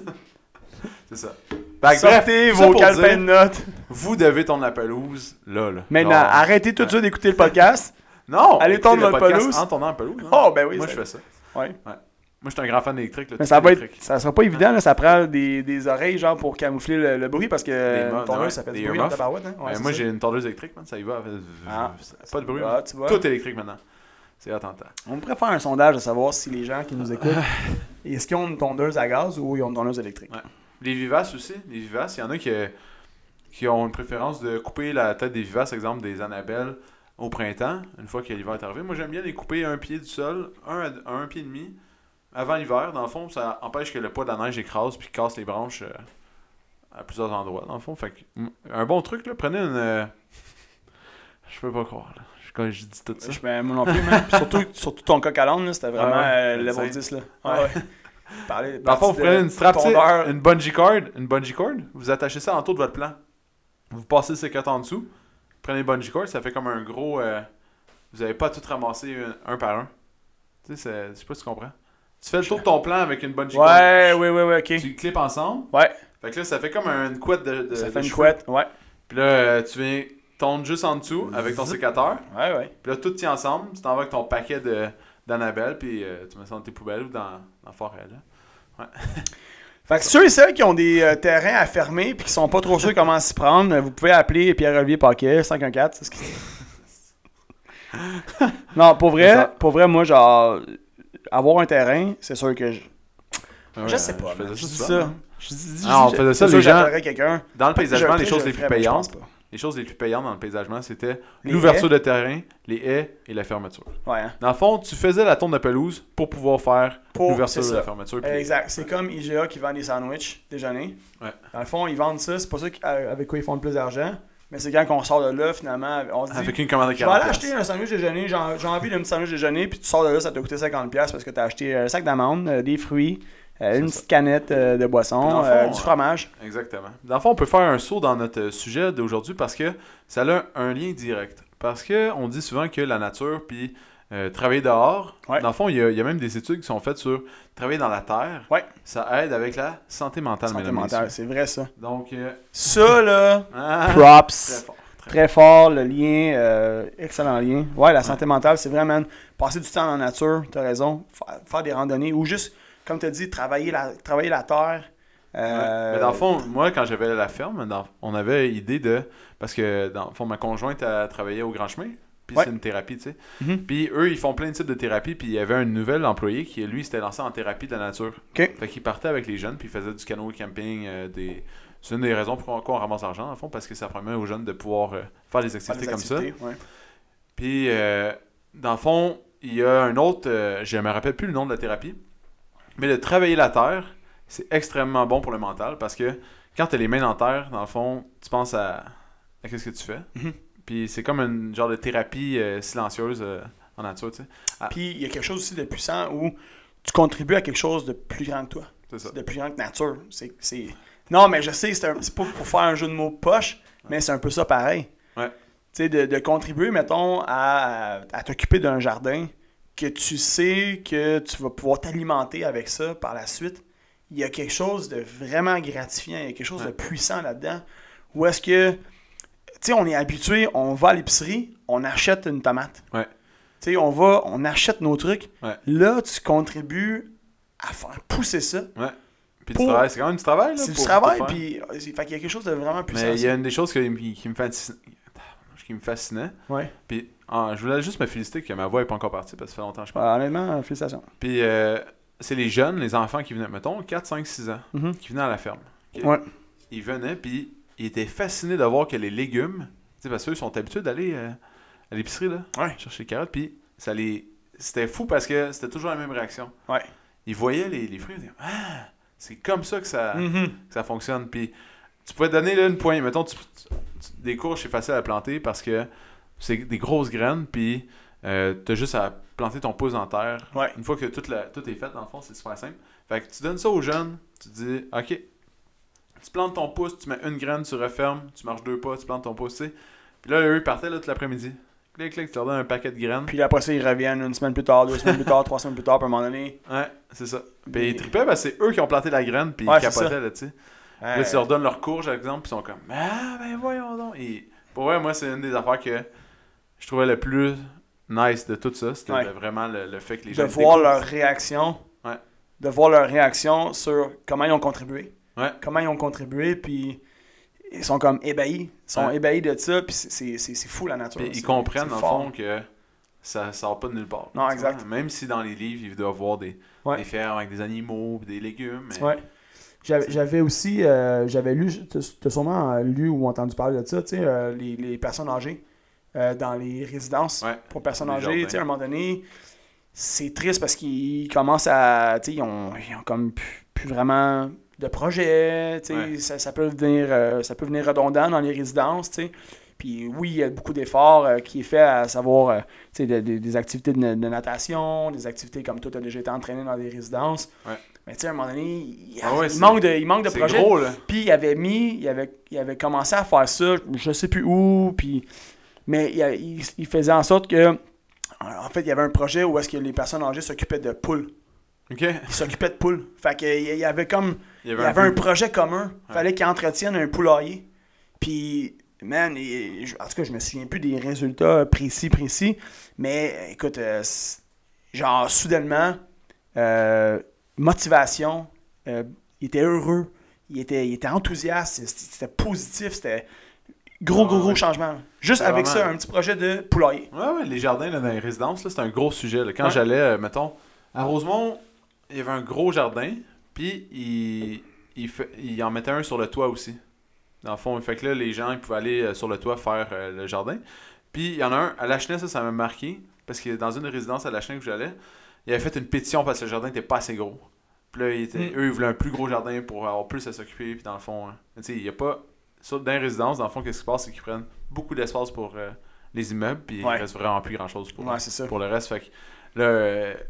Speaker 1: C'est ça. Fait que bref,
Speaker 2: sortez
Speaker 1: ça
Speaker 2: vos
Speaker 1: pour
Speaker 2: calepins de
Speaker 1: dire,
Speaker 2: notes.
Speaker 1: vous devez tondre la pelouse là. là.
Speaker 2: Maintenant,
Speaker 1: Genre-
Speaker 2: arrêtez tout de suite d'écouter le podcast.
Speaker 1: Non!
Speaker 2: allez
Speaker 1: écoutez
Speaker 2: tondre
Speaker 1: le
Speaker 2: votre
Speaker 1: podcast
Speaker 2: pelouse.
Speaker 1: En tondant la pelouse. hein.
Speaker 2: Oh, ben oui.
Speaker 1: Moi,
Speaker 2: ça-
Speaker 1: je fais ça.
Speaker 2: ouais.
Speaker 1: Moi, je suis un grand fan d'électrique. là,
Speaker 2: Mais
Speaker 1: tout
Speaker 2: ça va être,
Speaker 1: électrique.
Speaker 2: ça sera pas évident, là, ça prend des, des oreilles genre pour camoufler le, le bruit parce que
Speaker 1: Des mo-
Speaker 2: ton oreille
Speaker 1: ouais,
Speaker 2: ça fait
Speaker 1: des
Speaker 2: du bruit en
Speaker 1: earmuffs.
Speaker 2: tabarouette. Hein? Ouais,
Speaker 1: Ben,
Speaker 2: c'est
Speaker 1: moi,
Speaker 2: ça.
Speaker 1: j'ai une tondeuse électrique, man, ça y va.
Speaker 2: Ah.
Speaker 1: pas de bruit.
Speaker 2: Ah, tu vois.
Speaker 1: Tout électrique maintenant. C'est attentat.
Speaker 2: On pourrait faire un sondage de savoir si les gens qui
Speaker 1: [laughs]
Speaker 2: nous écoutent, est-ce qu'ils ont une tondeuse à gaz ou ils ont une tondeuse électrique.
Speaker 1: Les vivaces aussi. Les vivaces, il y en a qui, qui ont une préférence de couper la tête des vivaces, exemple des Annabelles, au printemps, une fois que l'hiver est arrivé. Moi, j'aime bien les couper à un pied du sol, un à à un pied et demi, avant l'hiver. Dans le fond, ça empêche que le poids de la neige écrase puis casse les branches euh, à plusieurs endroits, dans le fond. Fait que, mm, un bon truc, là, prenez une... euh, [laughs] Je peux pas croire, là. Je- Quand je dis tout ça.
Speaker 2: Je ben, moi non plus, man. Puis surtout, [laughs] surtout ton coq à l'âne, là, c'était vraiment
Speaker 1: Ouais, ouais.
Speaker 2: euh, level
Speaker 1: Insane.
Speaker 2: 10. Là.
Speaker 1: Ouais.
Speaker 2: Ouais. [laughs] Parler,
Speaker 1: Dans le fond, vous
Speaker 2: partie
Speaker 1: prenez
Speaker 2: de
Speaker 1: une strap, tu sais,
Speaker 2: tondeur.
Speaker 1: une bungee cord, une bungee cord, vous attachez ça en tour de votre plan. Vous passez ces quatre en dessous, prenez une bungee cord, ça fait comme un gros. euh, vous avez pas tout ramassé un, un par un. Tu sais, c'est- je sais pas si tu comprends. Tu fais le tour de ton plan avec une bungee cord.
Speaker 2: Ouais, ouais, ouais, ouais, ok.
Speaker 1: Tu le clips ensemble.
Speaker 2: Ouais.
Speaker 1: Fait que là, ça fait comme une couette de. de-
Speaker 2: ça
Speaker 1: de
Speaker 2: fait une
Speaker 1: cheveux.
Speaker 2: couette. Ouais,
Speaker 1: Puis là, euh, tu viens tondre juste en dessous avec ton sécateur.
Speaker 2: ouais, ouais.
Speaker 1: Puis là, tout tient ensemble. Tu t'en vas avec ton paquet de- d'Annabelle, puis euh, tu mets ça dans tes poubelles ou dans, dans la forêt, là.
Speaker 2: Fait que ceux et celles qui ont des euh, terrains à fermer puis qui sont pas
Speaker 1: [laughs]
Speaker 2: trop sûrs comment s'y prendre, euh, vous pouvez appeler Pierre-Olivier Paquet, 514. c'est ce qui- [laughs] non, pour
Speaker 1: C'est
Speaker 2: vrai,
Speaker 1: ça.
Speaker 2: pour vrai, moi, genre, avoir un terrain, c'est sûr que je.
Speaker 1: Ouais,
Speaker 2: je sais
Speaker 1: euh,
Speaker 2: pas.
Speaker 1: Je
Speaker 2: man.
Speaker 1: faisais
Speaker 2: Je dis
Speaker 1: souvent,
Speaker 2: ça.
Speaker 1: hein.
Speaker 2: Je dis, dis-
Speaker 1: Ah, on
Speaker 2: je-
Speaker 1: faisait
Speaker 2: c'est
Speaker 1: ça,
Speaker 2: sûr
Speaker 1: les
Speaker 2: que
Speaker 1: gens-
Speaker 2: j'appellerais quelqu'un.
Speaker 1: Dans le
Speaker 2: J'ai
Speaker 1: paysagement,
Speaker 2: un
Speaker 1: les
Speaker 2: prêt,
Speaker 1: choses
Speaker 2: je
Speaker 1: les
Speaker 2: le
Speaker 1: plus
Speaker 2: ferais, mais je pense
Speaker 1: payantes,
Speaker 2: pas.
Speaker 1: les choses les plus payantes dans le paysagement, c'était
Speaker 2: Les
Speaker 1: l'ouverture de terrain, les haies et la fermeture.
Speaker 2: Ouais. hein.
Speaker 1: Dans le fond, tu faisais la tourne de pelouse pour pouvoir faire
Speaker 2: Pour-
Speaker 1: l'ouverture
Speaker 2: c'est
Speaker 1: de
Speaker 2: ça.
Speaker 1: la fermeture. puis-
Speaker 2: Exact. C'est comme IGA qui vend des sandwichs déjeuner.
Speaker 1: Ouais.
Speaker 2: Dans le fond, ils vendent ça. C'est pas ça qui- euh, avec quoi ils font le plus d'argent. Mais c'est quand on sort de là, finalement, on se dit.
Speaker 1: Avec une commande de
Speaker 2: Je vais aller
Speaker 1: 40
Speaker 2: acheter un sandwich déjeuner, j'ai j'ai envie d'un petit sandwich déjeuner, puis tu sors de là, ça t'a coûté 50$ parce que t'as acheté un sac d'amandes, euh, des fruits, euh,
Speaker 1: C'est
Speaker 2: une
Speaker 1: ça.
Speaker 2: petite canette euh, de
Speaker 1: Puis dans
Speaker 2: boisson,
Speaker 1: le
Speaker 2: euh,
Speaker 1: fond,
Speaker 2: du
Speaker 1: euh,
Speaker 2: fromage.
Speaker 1: Exactement. Dans le fond, on peut faire un saut dans notre euh, sujet d'aujourd'hui parce que ça a un lien direct. Parce que on dit souvent que la nature, puis euh, travailler dehors,
Speaker 2: Ouais.
Speaker 1: dans le fond, il y, a- il y a même des études qui sont faites sur travailler dans la terre.
Speaker 2: Ouais.
Speaker 1: Ça aide avec la santé mentale,
Speaker 2: Santé
Speaker 1: mesdames et
Speaker 2: mentale,
Speaker 1: messieurs.
Speaker 2: c'est vrai ça.
Speaker 1: Donc, euh,
Speaker 2: Ça là,
Speaker 1: ah, très
Speaker 2: props.
Speaker 1: fort. très
Speaker 2: Très fort, le lien, euh, excellent lien. Ouais, la santé mentale, c'est vraiment passer du temps dans la nature, t'as raison, fa- faire des randonnées, ou juste, comme t'as dit, travailler la, travailler la terre. euh,
Speaker 1: Ouais. Mais dans le fond, moi, quand j'avais la ferme, dans- on avait idée de. Parce que, dans le fond, ma conjointe, elle travaillait au Grand Chemin. Puis
Speaker 2: Ouais.
Speaker 1: c'est une thérapie, tu sais.
Speaker 2: Mhm.
Speaker 1: Puis eux, ils font plein de types de thérapies. Puis il y avait un nouvel employé qui, lui, s'était lancé en thérapie de la nature.
Speaker 2: Ok.
Speaker 1: Fait qu'il partait avec les jeunes, puis il faisait du canoë camping. euh, des... C'est une des raisons pour pourquoi on ramasse l'argent, dans le fond, parce que ça permet aux jeunes de pouvoir euh, faire des
Speaker 2: faire
Speaker 1: activités
Speaker 2: des
Speaker 1: comme ça.
Speaker 2: activités, ouais.
Speaker 1: Puis, euh, dans le fond, il y a un autre, euh, je me rappelle plus le nom de la thérapie, mais de travailler la terre, c'est extrêmement bon pour le mental parce que quand tu as les mains dans la terre, dans le fond, tu penses à, à qu'est-ce que tu fais.
Speaker 2: Mhm.
Speaker 1: Puis c'est comme une genre de thérapie euh, silencieuse euh, en nature, tu sais.
Speaker 2: Puis il y a quelque chose aussi de puissant où tu contribues à quelque chose de plus grand que toi.
Speaker 1: C'est ça.
Speaker 2: C'est de plus grand que nature. C'est, c'est- Non, mais je sais, c'est, un... c'est pas pour faire un jeu de mots poche, mais c'est un peu ça pareil.
Speaker 1: Ouais.
Speaker 2: Tu sais, de, de contribuer, mettons, à, à t'occuper d'un jardin que tu sais que tu vas pouvoir t'alimenter avec ça par la suite. Il y a quelque chose de vraiment gratifiant, il y a quelque chose de
Speaker 1: Ouais.
Speaker 2: puissant là-dedans. Où est-ce que, tu sais, on est habitué, on va à l'épicerie, on achète une tomate.
Speaker 1: Ouais.
Speaker 2: Tu sais, on va, on achète nos trucs.
Speaker 1: Ouais.
Speaker 2: Là, tu contribues à faire pousser ça.
Speaker 1: Puis
Speaker 2: Pour-
Speaker 1: du travail, c'est quand même du travail, là.
Speaker 2: C'est du
Speaker 1: pour-
Speaker 2: travail,
Speaker 1: pour faire.
Speaker 2: puis euh, c'est- fait qu'il y a quelque chose de vraiment puissant.
Speaker 1: Mais il y a une des choses qui, qui me fascinait. Qui me fascinait.
Speaker 2: Ouais.
Speaker 1: Puis ah, je voulais juste me féliciter que ma voix n'est pas encore partie parce que ça fait longtemps que je parle.
Speaker 2: Ah, honnêtement, euh, félicitations.
Speaker 1: Puis euh, c'est les jeunes, les enfants qui venaient, mettons, 4, 5, 6 ans,
Speaker 2: Mhm.
Speaker 1: qui venaient à la ferme. OK?
Speaker 2: Ouais.
Speaker 1: Ils venaient, puis ils étaient fascinés de voir que les légumes, tu sais, parce qu'eux sont habitués d'aller euh, à l'épicerie, là,
Speaker 2: Ouais.
Speaker 1: chercher les carottes, puis ça les... C'était fou parce que c'était toujours la même réaction.
Speaker 2: Ouais.
Speaker 1: Ils voyaient les, les fruits, ils disaient « Ah, c'est comme ça que ça,
Speaker 2: Mm.
Speaker 1: que ça fonctionne. » Puis tu pouvais donner là, une poignée. Mettons, tu- tu- tu- des courges, c'est facile à planter parce que c'est des grosses graines, puis euh, t'as juste à planter ton pouce en terre,
Speaker 2: Ouais.
Speaker 1: une fois que toute la- tout est fait, dans le fond, c'est super simple. Fait que tu donnes ça aux jeunes, tu dis, OK, tu plantes ton pouce, tu mets une graine, tu refermes, tu marches deux pas, tu plantes ton pouce, tu sais. Puis là, eux, ils partaient là, tout l'après-midi. Clic, clic, tu leur donnes un paquet de graines.
Speaker 2: Puis après ça, ils reviennent une semaine plus tard, deux semaines plus tard, trois semaines plus tard, puis à un moment donné.
Speaker 1: Ouais, c'est ça.
Speaker 2: Mais-
Speaker 1: Puis ils tripaient, parce que c'est eux qui ont planté la graine, puis
Speaker 2: Ouais,
Speaker 1: ils
Speaker 2: c'est ça.
Speaker 1: capotaient, là, tu sais. Là, tu leur donnes leur courge, par exemple, puis ils sont comme Ah, ben voyons donc. Et pour vrai, moi, c'est une des affaires que je trouvais le plus nice de tout ça. C'était
Speaker 2: Ouais.
Speaker 1: vraiment le, le fait que les
Speaker 2: de
Speaker 1: gens.
Speaker 2: voir
Speaker 1: découvrent.
Speaker 2: leur réaction.
Speaker 1: Ouais.
Speaker 2: De voir leur réaction sur comment ils ont contribué.
Speaker 1: Ouais.
Speaker 2: Comment ils ont contribué, puis ils sont comme ébahis. Ils sont
Speaker 1: Ouais.
Speaker 2: ébahis de ça, puis c'est, c'est, c'est- c'est fou la nature.
Speaker 1: Puis
Speaker 2: C'est-
Speaker 1: ils comprennent,
Speaker 2: c'est
Speaker 1: dans le
Speaker 2: fort.
Speaker 1: fond, que ça sort pas de nulle part.
Speaker 2: Non,
Speaker 1: Tu
Speaker 2: exact.
Speaker 1: vois, Même si dans les livres, ils doivent voir des,
Speaker 2: Ouais.
Speaker 1: des fermes avec des animaux, puis des légumes. mais-
Speaker 2: Ouais. J'avais j'avais aussi, euh, j'avais lu, tu as sûrement euh, lu ou entendu parler de ça, tu sais, euh, les, les personnes âgées euh, dans les résidences
Speaker 1: Ouais,
Speaker 2: pour personnes
Speaker 1: les
Speaker 2: âgées,
Speaker 1: jardins.
Speaker 2: tu sais, à un moment donné, c'est triste parce qu'ils commencent à, tu sais, ils ont, ils ont comme plus, plus vraiment de projet, tu sais,
Speaker 1: Ouais.
Speaker 2: ça, ça peut venir, euh, ça peut venir redondant dans les résidences, tu sais. Puis oui, il y a beaucoup d'efforts euh, qui est fait à savoir euh, tu sais, de- de- des activités de, na- de natation, des activités comme toi, tu as déjà été entraîné dans des résidences.
Speaker 1: Ouais.
Speaker 2: Mais tu sais, à un moment donné, il,
Speaker 1: Ah ouais,
Speaker 2: il
Speaker 1: c'est-
Speaker 2: manque de, il manque de
Speaker 1: C'est
Speaker 2: projets.
Speaker 1: gros, là.
Speaker 2: Puis il avait mis, il avait, il avait commencé à faire ça, je sais plus où, puis mais il, a- il- il faisait en sorte que en fait, il y avait un projet où est-ce que les personnes âgées s'occupaient de poules.
Speaker 1: OK.
Speaker 2: Ils s'occupaient de poules. Fait que il y avait comme
Speaker 1: Il y
Speaker 2: il y avait un
Speaker 1: but.
Speaker 2: projet commun. Fallait qu'ils entretiennent un poulailler. Puis, man, il- je- en tout cas, je me souviens plus des résultats précis, précis. Mais euh, écoute, euh, c'est- genre, soudainement, euh, motivation, euh, il était heureux, il était, il était enthousiaste, c'est- c'est- c'était positif, c'était gros, gros, gros
Speaker 1: Ouais.
Speaker 2: changement. Juste
Speaker 1: C'est
Speaker 2: avec
Speaker 1: vraiment-
Speaker 2: ça, un petit projet de poulailler.
Speaker 1: Ouais, ouais, les jardins là, dans les résidences, là, c'était un gros sujet. là. Quand
Speaker 2: Ouais.
Speaker 1: j'allais, euh, mettons, à Rosemont, il y avait un gros jardin, puis il, il, fait- il en mettait un sur le toit aussi. Dans le fond, fait que là, les gens ils pouvaient aller euh, sur le toit faire euh, le jardin. Puis il y en a un, à Lachenay, ça, ça m'a marqué, parce que dans une résidence à Lachenay où j'allais, il avait fait une pétition parce que le jardin n'était pas assez gros. Puis là, il était-
Speaker 2: Mm.
Speaker 1: eux, ils voulaient un plus gros jardin pour avoir plus à s'occuper, puis dans le fond, hein. Mais tu sais, il y a pas... Sur, dans les résidences, dans le fond, qu'est-ce qui se passe, c'est qu'ils prennent beaucoup d'espace pour... euh, les immeubles, puis
Speaker 2: Ouais.
Speaker 1: il reste vraiment plus grand chose pour,
Speaker 2: Ouais, c'est ça.
Speaker 1: pour le reste. Fait que là, euh, tu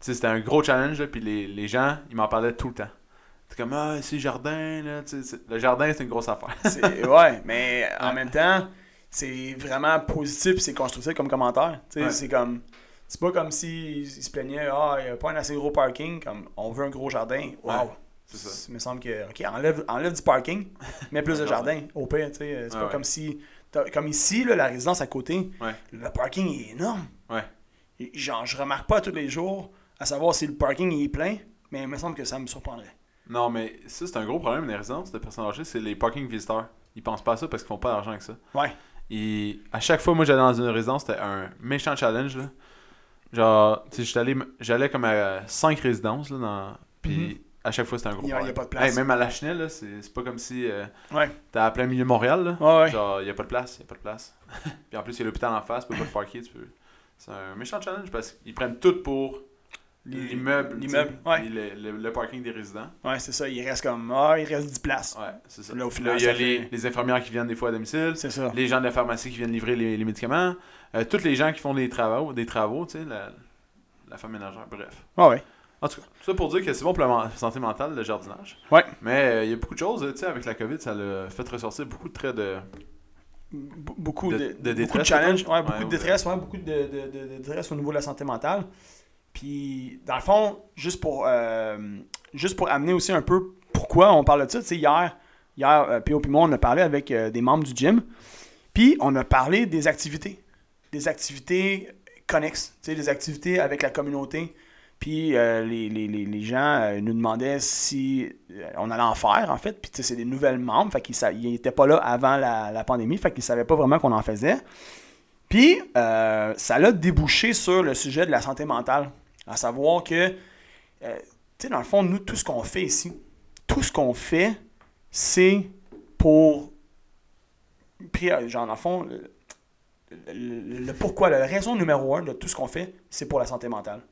Speaker 1: sais, c'était un gros challenge, là, puis les, les gens, ils m'en parlaient tout le temps. C'est comme, ah, c'est jardin, là, tu sais, c'est- le jardin, c'est une grosse affaire.
Speaker 2: C'est- ouais, mais
Speaker 1: Ah.
Speaker 2: en même temps, c'est vraiment positif, c'est constructif comme commentaire. Tu sais,
Speaker 1: Ouais.
Speaker 2: C'est comme c'est pas comme si ils se plaignaient ah, il n'y a pas un assez gros parking comme on veut un gros jardin. Wow.
Speaker 1: Ouais, c'est ça.
Speaker 2: Il me semble que OK, enlève, enlève du parking,
Speaker 1: [laughs]
Speaker 2: mais plus de jardin au pire, tu sais, euh, c'est
Speaker 1: Ouais,
Speaker 2: pas
Speaker 1: ouais.
Speaker 2: comme si t'as- comme ici là, la résidence à côté,
Speaker 1: Ouais.
Speaker 2: le parking est énorme.
Speaker 1: Ouais.
Speaker 2: Et Genre je remarque pas tous les jours à savoir si le parking est plein, mais il me semble que ça me surprendrait.
Speaker 1: Non, mais ça, c'est un gros problème des résidences de personnes âgées, c'est les parking visiteurs. Ils pensent pas à ça parce qu'ils font pas d'argent avec ça.
Speaker 2: Ouais.
Speaker 1: Et à chaque fois, moi, j'allais dans une résidence, c'était un méchant challenge, là. Genre, tu sais, j'étais allé- j'allais comme à 5 résidences, là, dans... puis
Speaker 2: Mhm.
Speaker 1: à chaque fois, c'était un gros
Speaker 2: Il y a- il y a
Speaker 1: problème.
Speaker 2: pas de place.
Speaker 1: Hey, même à Lachenel, là, c'est c'est pas comme si... euh,
Speaker 2: Ouais.
Speaker 1: T'es à plein milieu de Montréal, là.
Speaker 2: Ouais, ouais.
Speaker 1: Genre, y a pas de place, y a pas de place. [laughs] Puis en plus, y a l'hôpital en face, tu peux pas te parker, tu peux. C'est un méchant challenge parce qu'ils prennent tout pour
Speaker 2: Les-
Speaker 1: l'immeuble. tu sais,
Speaker 2: l'immeuble, ouais.
Speaker 1: puis le, le- le parking des résidents.
Speaker 2: Ouais, c'est ça, il reste comme ah, il reste 10 places.
Speaker 1: Ouais, c'est ça.
Speaker 2: Là, au
Speaker 1: Puis
Speaker 2: final,
Speaker 1: il y a
Speaker 2: ça
Speaker 1: les,
Speaker 2: fait-
Speaker 1: les infirmières qui viennent des fois à domicile,
Speaker 2: C'est ça.
Speaker 1: les gens de la pharmacie qui viennent livrer les, les médicaments, euh, tous les gens qui font des travaux, des travaux, tu sais, la, la femme ménagère, bref.
Speaker 2: Ah ouais.
Speaker 1: En tout cas, tout ça pour dire que c'est bon pour la men- santé mentale, le jardinage.
Speaker 2: Ouais.
Speaker 1: Mais il y a beaucoup de choses, euh, tu sais, avec la COVID, ça l'a fait ressortir beaucoup de traits de.
Speaker 2: Be- Beaucoup de,
Speaker 1: De- de
Speaker 2: beaucoup de
Speaker 1: détresse,
Speaker 2: challenges, ouais, beaucoup
Speaker 1: Ouais,
Speaker 2: de
Speaker 1: ouais.
Speaker 2: détresse, ouais, beaucoup de, de- de- de détresse au niveau de la santé mentale. Puis, dans le fond, juste pour, euh, juste pour amener aussi un peu pourquoi on parle de ça, tu sais, hier, hier euh, P.O. puis moi, on a parlé avec euh, des membres du gym, puis on a parlé des activités, des activités connexes, tu sais, des activités avec la communauté. Puis euh, les, les- les- les gens euh, nous demandaient si euh, on allait en faire, en fait. Puis tu sais, c'est des nouvelles membres, fait qu'ils n'étaient pas là avant la, la pandémie, fait qu'ils ne savaient pas vraiment qu'on en faisait. Puis euh, ça l'a débouché sur le sujet de la santé mentale, à savoir que, euh, tu sais, dans le fond, nous, tout ce qu'on fait ici, tout ce qu'on fait, c'est pour, prior- genre, dans le fond, le, le- le pourquoi, la raison numéro un de tout ce qu'on fait, c'est pour la santé mentale.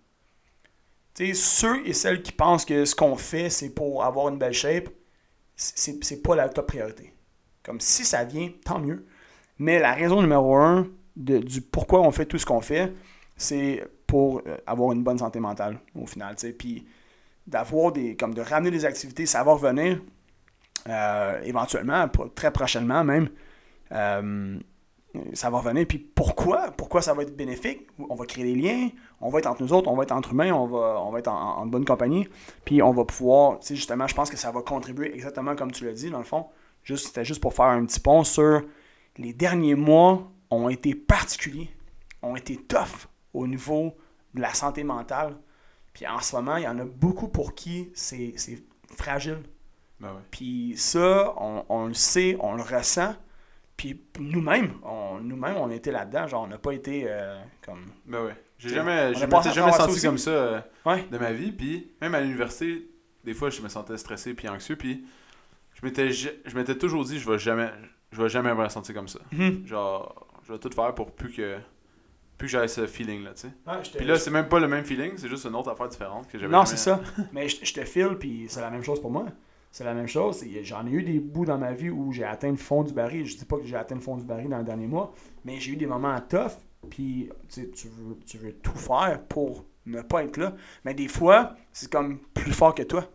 Speaker 2: Tu sais, ceux et celles qui pensent que ce qu'on fait, c'est pour avoir une belle shape, c'est- c'est c'est pas la top priorité. Comme si ça vient, tant mieux. Mais la raison numéro un de- du pourquoi on fait tout ce qu'on fait, c'est pour euh, avoir une bonne santé mentale au final. tu sais. Puis d'avoir des. comme de ramener des activités, ça va revenir euh, éventuellement, pro- très prochainement même. Euh, ça va revenir. Puis pourquoi? Pourquoi ça va être bénéfique? On va créer des liens, on va être entre nous autres, on va être entre humains, on va, on va être en, en bonne compagnie. Puis on va pouvoir, tu sais, justement, je pense que ça va contribuer exactement comme tu l'as dit, dans le fond. Juste, C'était juste pour faire un petit pont sur les derniers mois ont été particuliers, ont été tough au niveau de la santé mentale. Puis en ce moment, il y en a beaucoup pour qui c'est c'est fragile.
Speaker 1: Ben ouais.
Speaker 2: Puis ça, on, on le sait, on le ressent. Puis nous-mêmes, on, nous-mêmes, on était là-dedans. Genre, on n'a pas été euh, comme.
Speaker 1: Ben ouais. J'ai
Speaker 2: T'sais,
Speaker 1: jamais,
Speaker 2: on
Speaker 1: je
Speaker 2: a
Speaker 1: m'étais
Speaker 2: passé à
Speaker 1: jamais
Speaker 2: travers ça
Speaker 1: senti
Speaker 2: aussi.
Speaker 1: comme ça euh,
Speaker 2: Ouais.
Speaker 1: de ma vie. Puis même à l'université, des fois, je me sentais stressé puis anxieux. Puis je m'étais, ja- je m'étais toujours dit, je vais jamais, je vais jamais me sentir comme ça.
Speaker 2: Mhm.
Speaker 1: Genre, je vais tout faire pour plus que, plus que j'aille ce feeling là, tu sais. Puis là, c'est même [laughs] pas le même feeling, c'est juste une autre affaire différente que j'avais.
Speaker 2: non,
Speaker 1: jamais-
Speaker 2: c'est ça. Mais je, je te file, puis c'est la même chose pour moi. c'est la même chose. C'est- J'en ai eu des bouts dans ma vie où j'ai atteint le fond du baril. Je dis pas que j'ai atteint le fond du baril dans les derniers mois, mais j'ai eu des moments tough. Puis tu, sais, tu veux, tu veux tout faire pour ne pas être là. Mais des fois, c'est comme plus fort que toi.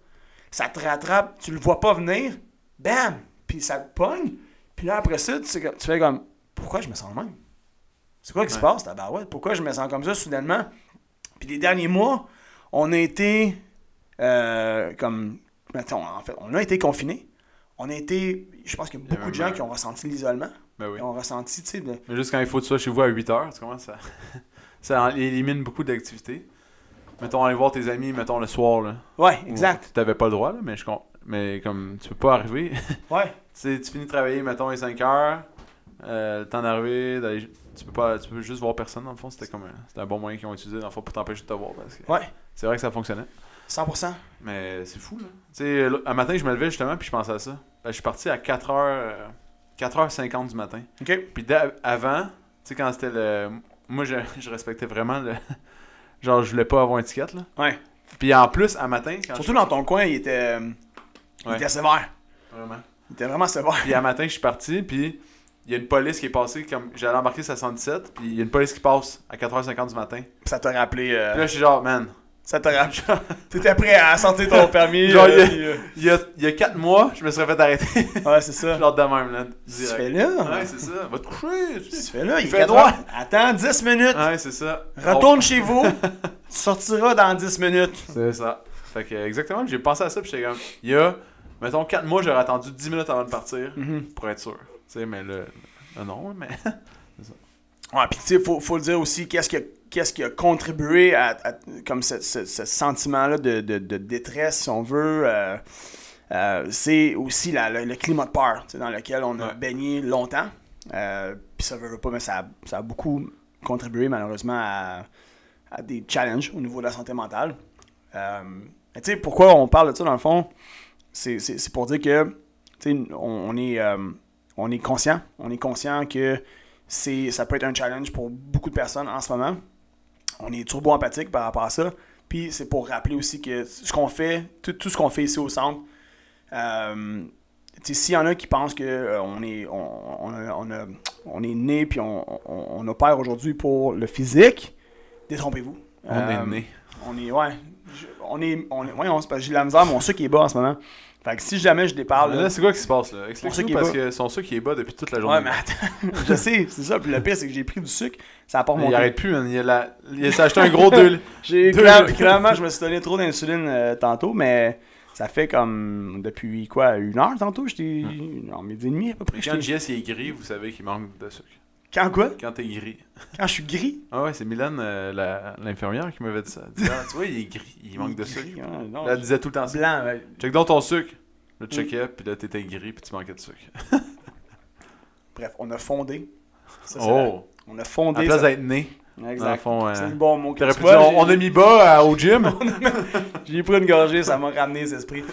Speaker 2: Ça te rattrape, tu le vois pas venir, bam! Puis ça te pogne. Puis là, après ça, tu, sais que- tu fais comme pourquoi je me sens le même? C'est quoi qui se
Speaker 1: Ouais.
Speaker 2: passe, tabarouette? Pourquoi je me sens comme ça soudainement? Puis les derniers mois, on a été euh, comme. mettons, en fait, on a été confinés. On a été. Je pense qu'il y a
Speaker 1: y
Speaker 2: beaucoup
Speaker 1: avait
Speaker 2: de gens
Speaker 1: un-
Speaker 2: qui ont ressenti l'isolement.
Speaker 1: Ben oui.
Speaker 2: Ils ont ressenti, tu sais, de-
Speaker 1: Mais juste quand il faut de ça chez vous à 8 heures, tu commences ça. [laughs] ça en- élimine beaucoup d'activités. Mettons, aller voir tes amis, mettons, le soir, là.
Speaker 2: Ouais, exact.
Speaker 1: Tu t'avais pas le droit, là, mais je com- Mais comme, tu peux pas arriver. [laughs] tu
Speaker 2: Ouais.
Speaker 1: sais, tu finis de travailler, mettons, les 5 heures. Euh, le temps d'arriver, d'aller- tu peux pas, tu peux juste voir personne dans le fond. C'était comme, un- c'était un bon moyen qu'ils ont utilisé dans le fond pour t'empêcher de te voir parce que
Speaker 2: Ouais.
Speaker 1: c'est vrai que ça fonctionnait.
Speaker 2: 100%.
Speaker 1: Mais c'est fou, là. Tu sais, l- un matin, je me levais justement, puis je pensais à ça. Ben, je suis parti à euh, 4h, 4h50 du matin.
Speaker 2: OK.
Speaker 1: Puis d'a- avant, tu sais, quand c'était le. Moi, je, [laughs] je respectais vraiment le. [laughs] Genre, je voulais pas avoir une étiquette, là.
Speaker 2: Ouais.
Speaker 1: Puis en plus, à matin, quand
Speaker 2: Surtout dans ton coin, il était. euh, Il
Speaker 1: Ouais.
Speaker 2: était sévère.
Speaker 1: je- Vraiment.
Speaker 2: Il était vraiment sévère.
Speaker 1: Puis à matin, je suis parti, puis il y a une police qui est passée, comme j'allais embarquer 77, puis il y a une police qui passe à 4h50 du matin. Puis
Speaker 2: Ça t'a rappelé. euh,
Speaker 1: là, je suis genre, man.
Speaker 2: Ça t'a rappelé. [laughs] T'étais prêt à sortir ton permis.
Speaker 1: Genre,
Speaker 2: euh,
Speaker 1: il y a-
Speaker 2: puis, euh,
Speaker 1: Il y a, il y a 4 mois, je me serais fait arrêter. [laughs]
Speaker 2: Ouais, c'est ça.
Speaker 1: genre de même, là.
Speaker 2: Tu fais
Speaker 1: Direct.
Speaker 2: là. hein?
Speaker 1: Ouais, c'est ça. Va te coucher.
Speaker 2: [laughs]
Speaker 1: tu
Speaker 2: Tu
Speaker 1: sais.
Speaker 2: fais là. Il,
Speaker 1: fait Ah. Oh.
Speaker 2: fait
Speaker 1: noir.
Speaker 2: noir. Attends 10 minutes.
Speaker 1: Ouais, c'est ça.
Speaker 2: Retourne
Speaker 1: [laughs]
Speaker 2: chez vous. Tu sortiras dans 10 minutes.
Speaker 1: C'est ça. Fait que, exactement, j'ai pensé à ça, puis j'étais comme, il y a, mettons, 4 mois, j'aurais attendu 10 minutes avant de partir,
Speaker 2: Mhm.
Speaker 1: pour être sûr. Tu sais, mais le. le non, mais. [laughs]
Speaker 2: Ouais, puis tu sais, faut, faut le dire aussi, qu'est-ce qui a, qu'est-ce qui a contribué à, à- comme ce, ce- ce sentiment-là de, de- de détresse, si on veut. euh, euh, c'est aussi la- le, le climat de peur tu sais, dans lequel on a
Speaker 1: Ouais.
Speaker 2: baigné longtemps. Euh, puis ça veut veut pas, mais ça, a- ça a beaucoup contribué malheureusement à, à des challenges au niveau de la santé mentale. Euh, mais tu sais, pourquoi on parle de ça dans le fond, c'est c'est- c'est pour dire que tu sais, on, on est, euh, on est conscient. On est conscient que c'est ça peut être un challenge pour beaucoup de personnes en ce moment. On est turbo-empathique par rapport à ça. Puis c'est pour rappeler aussi que ce qu'on fait, tout, tout ce qu'on fait ici au centre, euh, tu sais, s'il y en a qui pensent que euh, on est on, on a- on a- on est né puis on, on- on opère aujourd'hui pour le physique, détrompez-vous.
Speaker 1: On est
Speaker 2: Euh,
Speaker 1: né.
Speaker 2: on est, ouais. Je- on est, on est, voyons, c'est parce que j'ai de la misère, mon sucre est bas en ce moment. Fait que si jamais je déparle.
Speaker 1: Mais
Speaker 2: là-
Speaker 1: là, c'est quoi qui se passe, là
Speaker 2: ah, ceux qui
Speaker 1: Explique-nous,
Speaker 2: est
Speaker 1: parce
Speaker 2: bas.
Speaker 1: que son sucre, il est bas depuis toute la journée.
Speaker 2: ouais, mais attends, [laughs] je sais, c'est ça. Puis le pire, c'est que j'ai pris du sucre, ça a pas
Speaker 1: Il
Speaker 2: remonté.
Speaker 1: arrête plus, man. Il, a la... il s'est acheté un
Speaker 2: [laughs]
Speaker 1: gros 2
Speaker 2: J'ai
Speaker 1: Deux
Speaker 2: cla-
Speaker 1: jours.
Speaker 2: clairement, je me suis donné trop d'insuline euh, tantôt, mais ça fait comme depuis quoi, une heure tantôt, j'étais en midi et demi à peu près.
Speaker 1: Hmm. Quand
Speaker 2: j'étais-
Speaker 1: JS il est gris, vous savez qu'il manque de sucre.
Speaker 2: Quand quoi
Speaker 1: Quand t'es gris.
Speaker 2: Quand je suis gris.
Speaker 1: Ah ouais, c'est Milan, euh, la- l'infirmière, qui m'avait dit ça. Elle dit, Ah, tu vois, il est gris. Il manque de
Speaker 2: Gris,
Speaker 1: sucre.
Speaker 2: hein, non, Mm.
Speaker 1: Là, elle disait tout le temps ça.
Speaker 2: blanc. ouais.
Speaker 1: Check donc ton sucre. Là, tu checkais, puis là, t'étais gris, puis tu manquais de sucre.
Speaker 2: Bref, on a fondé. Ça, c'est la-
Speaker 1: [laughs] oh!
Speaker 2: On a fondé.
Speaker 1: À la place
Speaker 2: ça-
Speaker 1: d'être né. Dans le
Speaker 2: Exact.
Speaker 1: fond, euh,
Speaker 2: C'est le bon mot. que
Speaker 1: t'aurais
Speaker 2: tu
Speaker 1: pu
Speaker 2: vois,
Speaker 1: dire,
Speaker 2: j'ai-
Speaker 1: on, on a mis bas à- au gym.
Speaker 2: J'ai pris une gorgée, ça m'a ramené les esprits.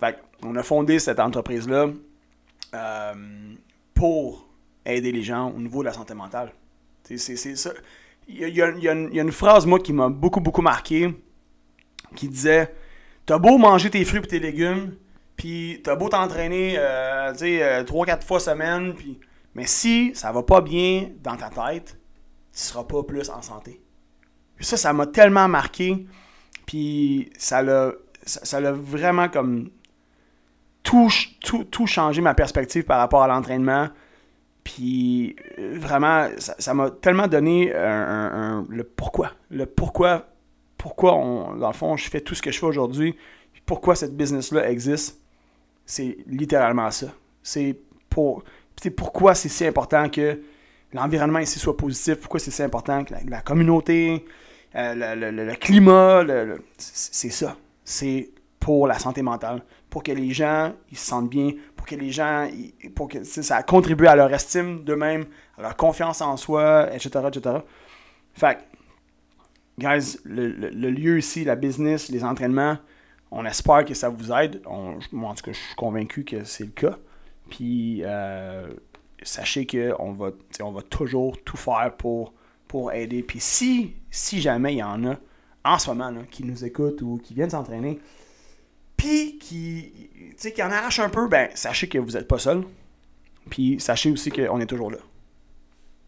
Speaker 2: Fait on a fondé cette entreprise-là euh, pour aider les gens au niveau de la santé mentale. C'est- C'est c'est ça. Il y a, il y a- il y a une, il y a une phrase, moi, qui m'a beaucoup, beaucoup marqué, qui disait « T'as beau manger tes fruits et tes légumes, puis t'as beau t'entraîner, euh, tu sais, euh, trois, quatre fois semaine, puis... Mais si ça va pas bien dans ta tête, tu seras pas plus en santé. » Ça, ça m'a tellement marqué. Puis ça l'a, ça, ça l'a vraiment comme tout, ch- tout, tout changé ma perspective par rapport à l'entraînement. Puis euh, vraiment, ça ça m'a tellement donné un- un- un- le pourquoi. Le pourquoi, pourquoi on, dans le fond, je fais tout ce que je fais aujourd'hui. puis Pourquoi cette business-là existe. C'est littéralement ça. C'est pour, c'est pourquoi c'est si important que l'environnement ici soit positif. Pourquoi c'est si important que la, la communauté, euh, le, le- le- le climat, le- le- c'est c'est ça. C'est pour la santé mentale, pour que les gens ils se sentent bien, pour que les gens, ils- pour que tu sais, ça contribue à leur estime d'eux-mêmes, à leur confiance en soi, etc., etc. Fait que, guys, le, le- le lieu ici, la business, les entraînements, on espère que ça vous aide. On- moi, en tout cas, je suis convaincu que c'est le cas. Puis, euh, sachez qu'on va, tu sais, on va toujours tout faire pour pour aider. Puis si, si jamais il y en a en ce moment là, qui nous écoutent ou qui viennent s'entraîner, Puis, qui, tu sais, qui en arrache un peu, ben, sachez que vous n'êtes pas seul. Puis, sachez aussi qu'on est toujours là.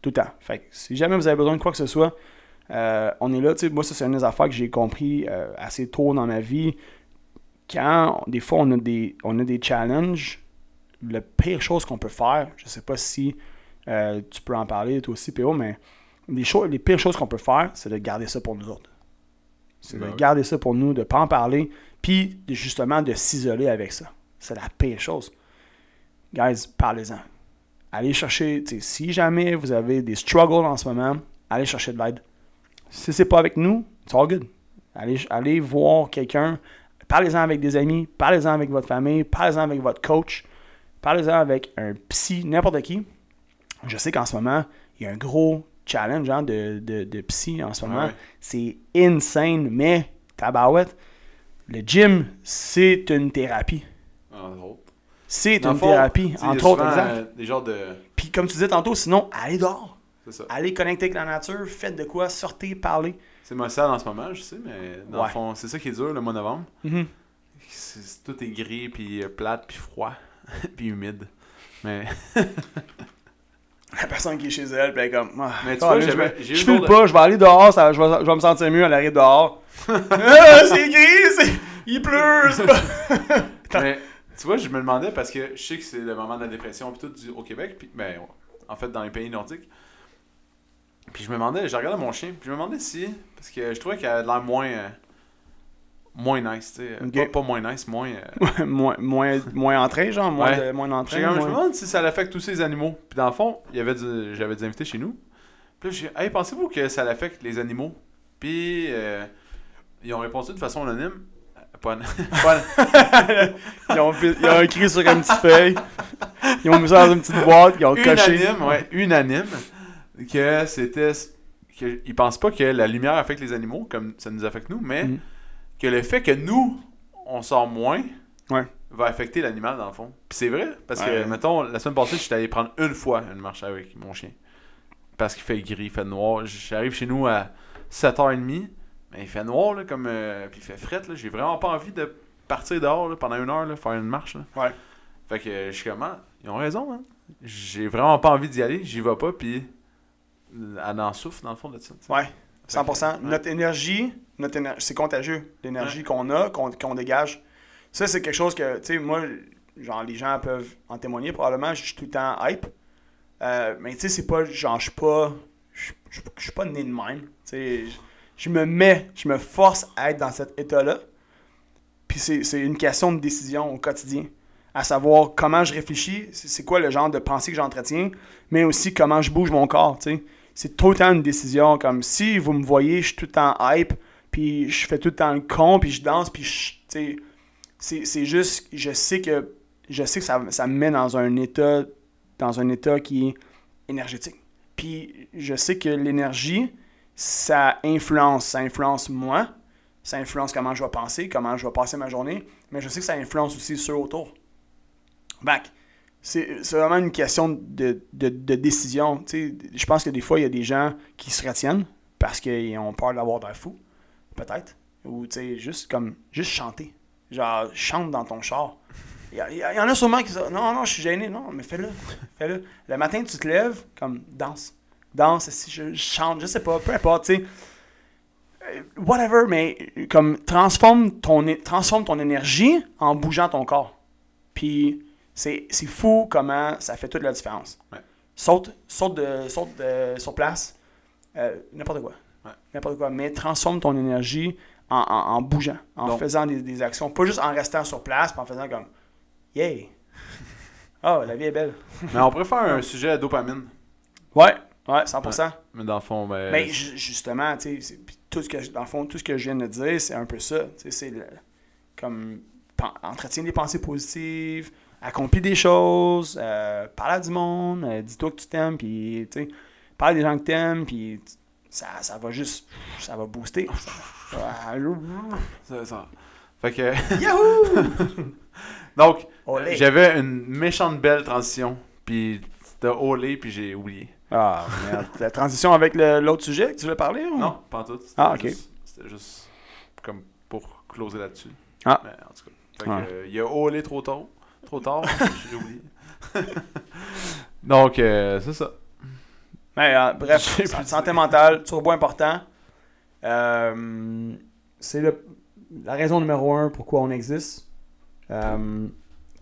Speaker 2: Tout le temps. Fait que si jamais vous avez besoin de quoi que ce soit, euh, on est là. Tu sais, moi, ça, c'est une des affaires que j'ai compris euh, assez tôt dans ma vie. Quand, des fois, on a des, on a des challenges, la pire chose qu'on peut faire, je sais pas si euh, tu peux en parler toi aussi, PO, mais les, cho- les pires choses qu'on peut faire, c'est de garder ça pour nous autres. C'est
Speaker 1: Ben
Speaker 2: de
Speaker 1: oui.
Speaker 2: garder ça pour nous, de pas en parler, puis de- justement de s'isoler avec ça. C'est la pire chose. Guys, parlez-en. Allez chercher, tu sais, si jamais vous avez des struggles en ce moment, allez chercher de l'aide. Si c'est pas avec nous, it's all good. Allez, allez voir quelqu'un, parlez-en avec des amis, parlez-en avec votre famille, parlez-en avec votre coach, parlez-en avec un psy, n'importe qui. Je sais qu'en ce moment, il y a un gros challenge hein, de, de, de psy en ce moment.
Speaker 1: Ouais.
Speaker 2: C'est insane, mais tabarouette, le gym, c'est une thérapie.
Speaker 1: Entre autres.
Speaker 2: C'est
Speaker 1: Dans
Speaker 2: une
Speaker 1: le fond,
Speaker 2: thérapie,
Speaker 1: tu sais, il y a
Speaker 2: entre autres,
Speaker 1: souvent,
Speaker 2: exact.
Speaker 1: euh, des genres de.
Speaker 2: Puis comme tu disais tantôt, sinon, allez dehors.
Speaker 1: C'est ça.
Speaker 2: Allez connecter avec la nature, faites de quoi, sortez, parlez.
Speaker 1: C'est ma salle en ce moment, je sais, mais dans
Speaker 2: Ouais.
Speaker 1: le fond, c'est ça qui est dur le mois de novembre.
Speaker 2: Mhm.
Speaker 1: C'est- c'est- tout est gris, puis euh, plate, puis froid, [laughs] puis humide. Mais,
Speaker 2: [laughs] La personne qui est chez elle, puis elle est comme. Ah,
Speaker 1: Mais tu
Speaker 2: ah,
Speaker 1: vois,
Speaker 2: là, je,
Speaker 1: j'avais-
Speaker 2: vais-
Speaker 1: j'ai eu
Speaker 2: je
Speaker 1: le
Speaker 2: file
Speaker 1: jour de-
Speaker 2: pas, je vais aller dehors, ça, je, vais, je vais me sentir mieux, elle
Speaker 1: [laughs]
Speaker 2: arrive dehors. Ah, c'est gris, c'est- il pleut, c'est
Speaker 1: [laughs]
Speaker 2: pas. [laughs]
Speaker 1: mais, tu vois, je me demandais, parce que je sais que c'est le moment de la dépression, puis tout du- au Québec, puis ben, en fait, dans les pays nordiques. Puis je me demandais, je regardais mon chien, puis je me demandais si, parce que je trouvais qu'elle avait l'air moins, euh, moins nice, tu sais.
Speaker 2: Ok.
Speaker 1: Pas- Pas, moins nice, moins. euh,
Speaker 2: moins, moins, moins entrée, genre, moins,
Speaker 1: Ouais.
Speaker 2: de- [laughs] moins
Speaker 1: J'ai
Speaker 2: d'entrée.
Speaker 1: comme- Je me
Speaker 2: moins-
Speaker 1: demande si ça l'affecte tous ces animaux. Puis dans le fond, il y avait du- j'avais des invités chez nous. Puis là, j'ai Hey, pensez-vous que ça l'affecte les animaux Puis euh, ils ont répondu de façon anonyme. Euh, Pas an- [laughs] pas an-
Speaker 2: Ils ont, ils ont écrit sur une petite feuille, ils ont mis ça dans une petite boîte, ils ont coché.
Speaker 1: unanime, ouais, unanime. Que c'était. que ils pensent pas que la lumière affecte les animaux comme ça nous affecte nous, mais
Speaker 2: Mhm.
Speaker 1: que le fait que nous, on sort moins.
Speaker 2: Ouais.
Speaker 1: Va affecter l'animal dans le fond. Puis c'est vrai, parce
Speaker 2: Ouais.
Speaker 1: que, mettons, la semaine passée, j'étais allé prendre une fois une marche avec mon chien. parce qu'il fait gris, il fait noir. J'arrive chez nous à 7h30, mais il fait noir, là, comme, euh, puis il fait fret. là. J'ai vraiment pas envie de partir dehors là, pendant une heure, là, faire une marche. là.
Speaker 2: Ouais.
Speaker 1: Fait que euh, je suis comme, Ah, ils ont raison. Hein. J'ai vraiment pas envie d'y aller, j'y vais pas, puis elle en souffre dans le fond de ça. tu sais.
Speaker 2: Ouais, 100%.
Speaker 1: Ouais.
Speaker 2: Notre énergie, notre éner- c'est contagieux, l'énergie qu'on a, qu'on qu'on dégage. Ça, c'est quelque chose que, tu sais, moi, genre, les gens peuvent en témoigner probablement, je suis tout le temps hype. Euh, mais tu sais, c'est pas, genre, je suis pas, je je- je suis pas né de même. Tu sais, je- je me mets, je me force à être dans cet état-là. Puis c'est c'est une question de décision au quotidien. À savoir comment je réfléchis, c'est c'est quoi le genre de pensée que j'entretiens, mais aussi comment je bouge mon corps, tu sais. C'est tout le temps une décision. Comme si vous me voyez, je suis tout le temps hype, puis je fais tout le temps le con, puis je danse, puis je, tu sais, c'est c'est juste, je sais que je sais que ça, ça me met dans un état, dans un état qui est énergétique. Puis je sais que l'énergie, ça influence, ça influence moi, ça influence comment je vais penser, comment je vais passer ma journée, mais je sais que ça influence aussi ceux autour. Back. C'est c'est vraiment une question de, de- de décision. Tu sais, je pense que des fois, il y a des gens qui se retiennent parce qu'ils ont peur d'avoir l'air fou, peut-être. Ou tu sais, juste comme juste chanter. Genre, chante dans ton char. Il y, a- il y a- il y en a sûrement qui disent Non, non, je suis gêné. Non, mais fais-le. Fais-le. Le matin, tu te lèves, comme danse. Danse, si je, je chante, je sais pas, peu importe, tu sais. Euh, Whatever, mais euh, comme transforme ton, é- transforme ton énergie en bougeant ton corps. Puis c'est c'est fou comment ça fait toute la différence.
Speaker 1: Ouais.
Speaker 2: Saute, saute, de, saute de- sur place, euh, n'importe quoi.
Speaker 1: Ouais.
Speaker 2: N'importe quoi, mais transforme ton énergie en, en- en bougeant, en
Speaker 1: Donc-
Speaker 2: faisant des, des actions. Pas juste en restant sur place, puis en faisant comme Yeah! Oh, la vie est belle.
Speaker 1: mais on pourrait faire un sujet à dopamine.
Speaker 2: Ouais, ouais, 100%.
Speaker 1: Mais dans le fond, ben,
Speaker 2: Mais ju- justement, tu sais, c'est- puis tout ce que je- dans le fond, tout ce que je viens de dire, c'est un peu ça. Tu sais, c'est le- comme pen- entretien des pensées positives, accomplis des choses, euh, parle à du monde, euh, dis-toi que tu t'aimes, puis tu sais, parle à des gens que t'aimes, puis tu- ça, ça va juste, ça va booster. Ça-
Speaker 1: c'est ça. Fait que, [laughs]
Speaker 2: Yahoo!
Speaker 1: donc,
Speaker 2: Olé.
Speaker 1: j'avais une méchante belle transition, puis t'as holé, puis j'ai oublié.
Speaker 2: Ah, merde. La transition avec le- l'autre sujet que tu voulais parler? ou?
Speaker 1: Non, pas en tout. C'était
Speaker 2: Ah, ok.
Speaker 1: juste- C'était juste comme pour closer là-dessus.
Speaker 2: Ah.
Speaker 1: Mais en tout cas. Fait que,
Speaker 2: Ouais.
Speaker 1: euh, il a holé trop tôt. Trop
Speaker 2: [laughs]
Speaker 1: tard, je l'ai oublié. Donc, euh, c'est ça.
Speaker 2: Mais
Speaker 1: [laughs]
Speaker 2: euh, bref,
Speaker 1: J'ai plus
Speaker 2: santé mentale, turbo important. Euh, c'est le- la raison numéro un pourquoi on existe. Euh,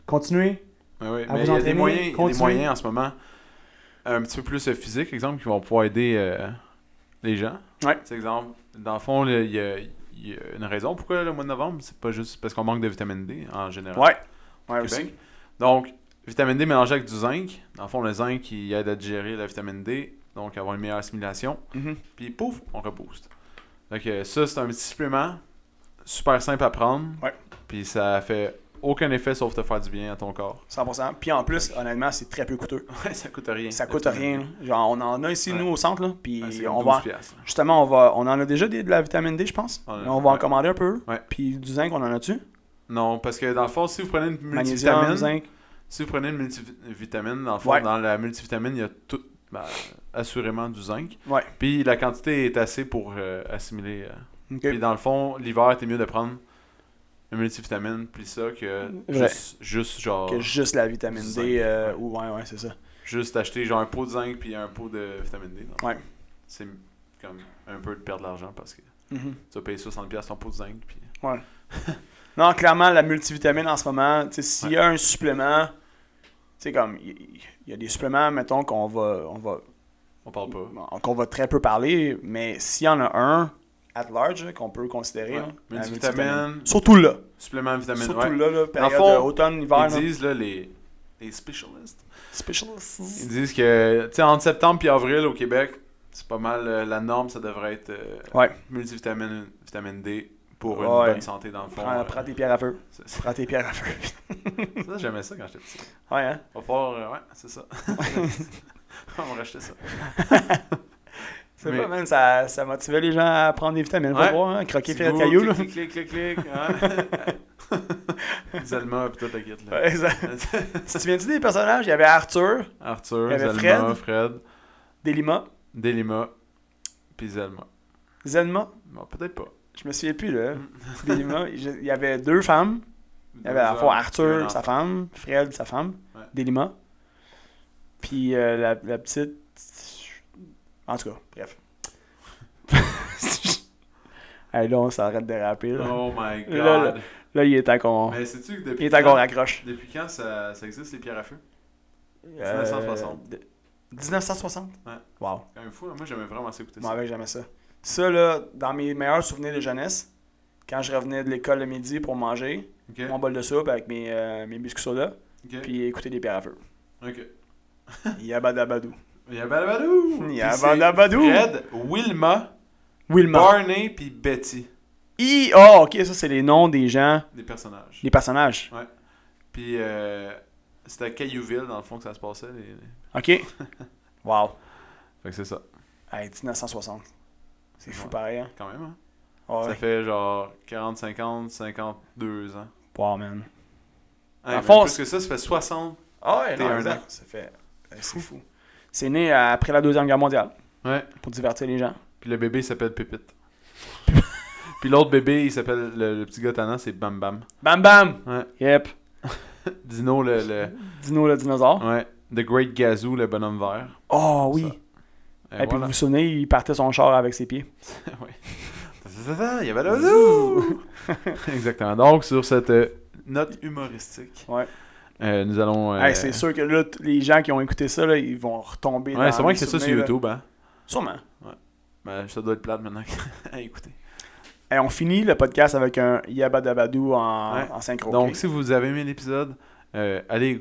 Speaker 2: continuez.
Speaker 1: Mais oui, mais
Speaker 2: À vous
Speaker 1: il y a
Speaker 2: entraîner,
Speaker 1: des moyens, il y a des
Speaker 2: continuez.
Speaker 1: moyens en ce moment, un petit peu plus euh, physiques, exemple, qui vont pouvoir aider euh, les gens.
Speaker 2: Ouais.
Speaker 1: Tu sais, exemple, dans le fond, le- il y, a, il y a une raison pourquoi le mois de novembre, c'est pas juste parce qu'on manque de vitamine D en général.
Speaker 2: Ouais.
Speaker 1: au
Speaker 2: Ouais,
Speaker 1: Québec.
Speaker 2: aussi.
Speaker 1: Ah, Donc, vitamine D mélangée avec du zinc. Dans le fond, le zinc qui aide à digérer la vitamine D, donc avoir une meilleure assimilation.
Speaker 2: Mhm.
Speaker 1: Puis pouf, on rebooste. Donc euh, ça, c'est un petit supplément super simple à prendre.
Speaker 2: Ouais.
Speaker 1: Puis ça fait aucun effet sauf te faire du bien à ton corps.
Speaker 2: 100%. Puis en plus, honnêtement, c'est très peu coûteux.
Speaker 1: [laughs] Ouais, ça coûte rien.
Speaker 2: Ça coûte rien. là. Genre, on en a ici,
Speaker 1: Ouais.
Speaker 2: nous, au centre. Là, puis
Speaker 1: Ouais, c'est comme
Speaker 2: on
Speaker 1: 12
Speaker 2: va.
Speaker 1: piastres, là.
Speaker 2: Justement, on, va, on en a déjà des- de la vitamine D, je pense.
Speaker 1: On en a,
Speaker 2: on va en
Speaker 1: ouais.
Speaker 2: commander un peu.
Speaker 1: Ouais.
Speaker 2: Puis du zinc, on en a-tu
Speaker 1: Non, parce que dans le fond, si vous prenez une
Speaker 2: Magnésium,
Speaker 1: multivitamine,
Speaker 2: zinc.
Speaker 1: si vous prenez une multivitamine, dans le fond,
Speaker 2: Ouais.
Speaker 1: dans la multivitamine, il y a tout, ben, assurément du zinc.
Speaker 2: Ouais.
Speaker 1: Puis la quantité est assez pour euh, assimiler. euh,
Speaker 2: Ok.
Speaker 1: Puis dans le fond, l'hiver, t'es mieux de prendre une multivitamine, puis ça, que
Speaker 2: Vrai.
Speaker 1: juste, juste genre.
Speaker 2: Que juste la vitamine
Speaker 1: Du
Speaker 2: D.
Speaker 1: zinc,
Speaker 2: euh,
Speaker 1: ouais.
Speaker 2: ou- ouais, ouais, c'est ça.
Speaker 1: Juste acheter genre un pot de zinc puis un pot de vitamine D. donc,
Speaker 2: Ouais.
Speaker 1: C'est comme un peu de perdre de l'argent parce que
Speaker 2: Mhm.
Speaker 1: tu vas payer 60$ ton pot de zinc. Puis...
Speaker 2: Non, clairement, la multivitamine en ce moment, tu sais, s'il y a un supplément, tu sais, comme, il il- il y, a des suppléments, mettons, qu'on va, on va,
Speaker 1: On parle pas.
Speaker 2: qu'on va très peu parler, mais s'il y en a un, at large, là, qu'on peut
Speaker 1: Ouais.
Speaker 2: considérer. hein, la
Speaker 1: Multivitamine,
Speaker 2: Surtout là.
Speaker 1: supplément de vitamine.
Speaker 2: Surtout
Speaker 1: ouais.
Speaker 2: là, là, période
Speaker 1: fond,
Speaker 2: euh, automne, hiver.
Speaker 1: Ils
Speaker 2: Là.
Speaker 1: disent là, les, les specialists. Ils
Speaker 2: Specialist.
Speaker 1: disent que, tu sais, entre septembre puis avril au Québec, c'est pas mal euh, la norme, ça devrait être euh,
Speaker 2: Ouais.
Speaker 1: multivitamine vitamine D pour une
Speaker 2: Ouais.
Speaker 1: bonne santé dans le fond.
Speaker 2: Prends,
Speaker 1: euh,
Speaker 2: prends tes pierres à feu.
Speaker 1: c'est-
Speaker 2: Prends tes pierres à feu. [laughs]
Speaker 1: Ça, j'aimais ça quand j'étais petit.
Speaker 2: ouais, hein?
Speaker 1: On va falloir, euh, ouais, c'est
Speaker 2: [laughs]
Speaker 1: ça. On va racheter ça.
Speaker 2: C'est
Speaker 1: Mais-
Speaker 2: pas, man, ça, ça motivait les gens à prendre des vitamines. Faut
Speaker 1: Ouais.
Speaker 2: voir, hein, croquer
Speaker 1: Petit
Speaker 2: Fred
Speaker 1: goût,
Speaker 2: Caillou, là.
Speaker 1: Clic, clic, clic, clic, clic.
Speaker 2: [laughs]
Speaker 1: hein. Les Allemands, pis toute la guite, là.
Speaker 2: Ouais, ça- [laughs] si tu viens-tu des personnages, il y avait Arthur,
Speaker 1: [laughs] Arthur,
Speaker 2: Il y avait
Speaker 1: Zelma, Fred,
Speaker 2: Delima,
Speaker 1: Delima, puis Zelma.
Speaker 2: Zelma.
Speaker 1: Bon, peut-être pas.
Speaker 2: Je me souviens plus, là.
Speaker 1: Mm.
Speaker 2: [laughs] Delima, je- il y avait deux femmes. Il y avait à la fois Arthur, sa femme, Fred, sa femme,
Speaker 1: Ouais.
Speaker 2: Delima. Puis euh, la, la petite. En tout cas,
Speaker 1: [laughs]
Speaker 2: bref. hey, là, on s'arrête de déraper. Là.
Speaker 1: Oh my god.
Speaker 2: Là, là. là, il est temps qu'on
Speaker 1: Mais sais-tu que
Speaker 2: il
Speaker 1: depuis
Speaker 2: est temps qu'on
Speaker 1: quand,
Speaker 2: raccroche.
Speaker 1: depuis quand ça, ça existe, les pierres à feu?
Speaker 2: Euh,
Speaker 1: 1960.
Speaker 2: de- 1960?
Speaker 1: Ouais.
Speaker 2: Wow.
Speaker 1: C'est quand même fou, hein. moi j'aimais vraiment s'écouter
Speaker 2: Moi,
Speaker 1: ça.
Speaker 2: avec, jamais ça. Ça, là, dans mes meilleurs souvenirs de jeunesse, quand je revenais de l'école le midi pour manger,
Speaker 1: Ok,
Speaker 2: mon bol de soupe avec mes, euh, mes biscuits soda,
Speaker 1: ok,
Speaker 2: puis écouter des pierres
Speaker 1: [laughs]
Speaker 2: à feu.
Speaker 1: ok.
Speaker 2: Yabadabadou.
Speaker 1: Yabadabadou!
Speaker 2: Yabadabadou.
Speaker 1: Puis c'est Fred, Wilma,
Speaker 2: Wilma.
Speaker 1: Barney puis Betty,
Speaker 2: I. Oh, ok, ça, c'est les noms des gens,
Speaker 1: des personnages.
Speaker 2: des personnages.
Speaker 1: Puis euh, c'était à Caillouville, dans le fond, que ça se passait. les- les- [laughs]
Speaker 2: Ok. wow.
Speaker 1: Fait que c'est ça,
Speaker 2: Hey, 1960. C'est fou
Speaker 1: Ouais.
Speaker 2: pareil, hein.
Speaker 1: quand même. Hein?
Speaker 2: Ouais.
Speaker 1: Ça fait genre 40, 50, 52 ans.
Speaker 2: Wow,
Speaker 1: Hey,
Speaker 2: man. Dans le
Speaker 1: même
Speaker 2: fond,
Speaker 1: plus que ça, ça fait 60.
Speaker 2: Ah ouais,
Speaker 1: non,
Speaker 2: non,
Speaker 1: exact.
Speaker 2: Ça fait. hey, c'est fou. C'est né euh, après la Deuxième Guerre mondiale,
Speaker 1: Ouais.
Speaker 2: pour divertir les gens.
Speaker 1: Puis le bébé il s'appelle Pépite. [laughs] Puis l'autre bébé, il s'appelle le, le petit gars tannant, c'est Bam Bam.
Speaker 2: Bam bam!
Speaker 1: Ouais.
Speaker 2: Yep.
Speaker 1: Dino, le, le-
Speaker 2: Dino le dinosaure.
Speaker 1: Ouais. The Great Gazoo, le bonhomme vert.
Speaker 2: Oh oui.
Speaker 1: Ça.
Speaker 2: Et
Speaker 1: Et
Speaker 2: puis vous
Speaker 1: voilà.
Speaker 2: vous souvenez, il partait son char avec ses pieds. [laughs]
Speaker 1: Ouais. Il y avait le zoo!
Speaker 2: [laughs]
Speaker 1: Exactement. Donc, sur cette euh, note humoristique,
Speaker 2: Ouais.
Speaker 1: euh, nous allons. euh,
Speaker 2: Hey, c'est sûr que là, tous les gens qui ont écouté ça, là, ils vont retomber dans
Speaker 1: Ouais, c'est vrai
Speaker 2: les
Speaker 1: que c'est ça sur
Speaker 2: souvenirs, là.
Speaker 1: YouTube, hein.
Speaker 2: Sûrement.
Speaker 1: Ben, ça doit être plate maintenant [laughs] à écouter.
Speaker 2: Hey, on finit le podcast avec un Yabadabadou en,
Speaker 1: Ouais.
Speaker 2: en synchro.
Speaker 1: Donc,
Speaker 2: ok?
Speaker 1: si vous avez aimé l'épisode, euh, allez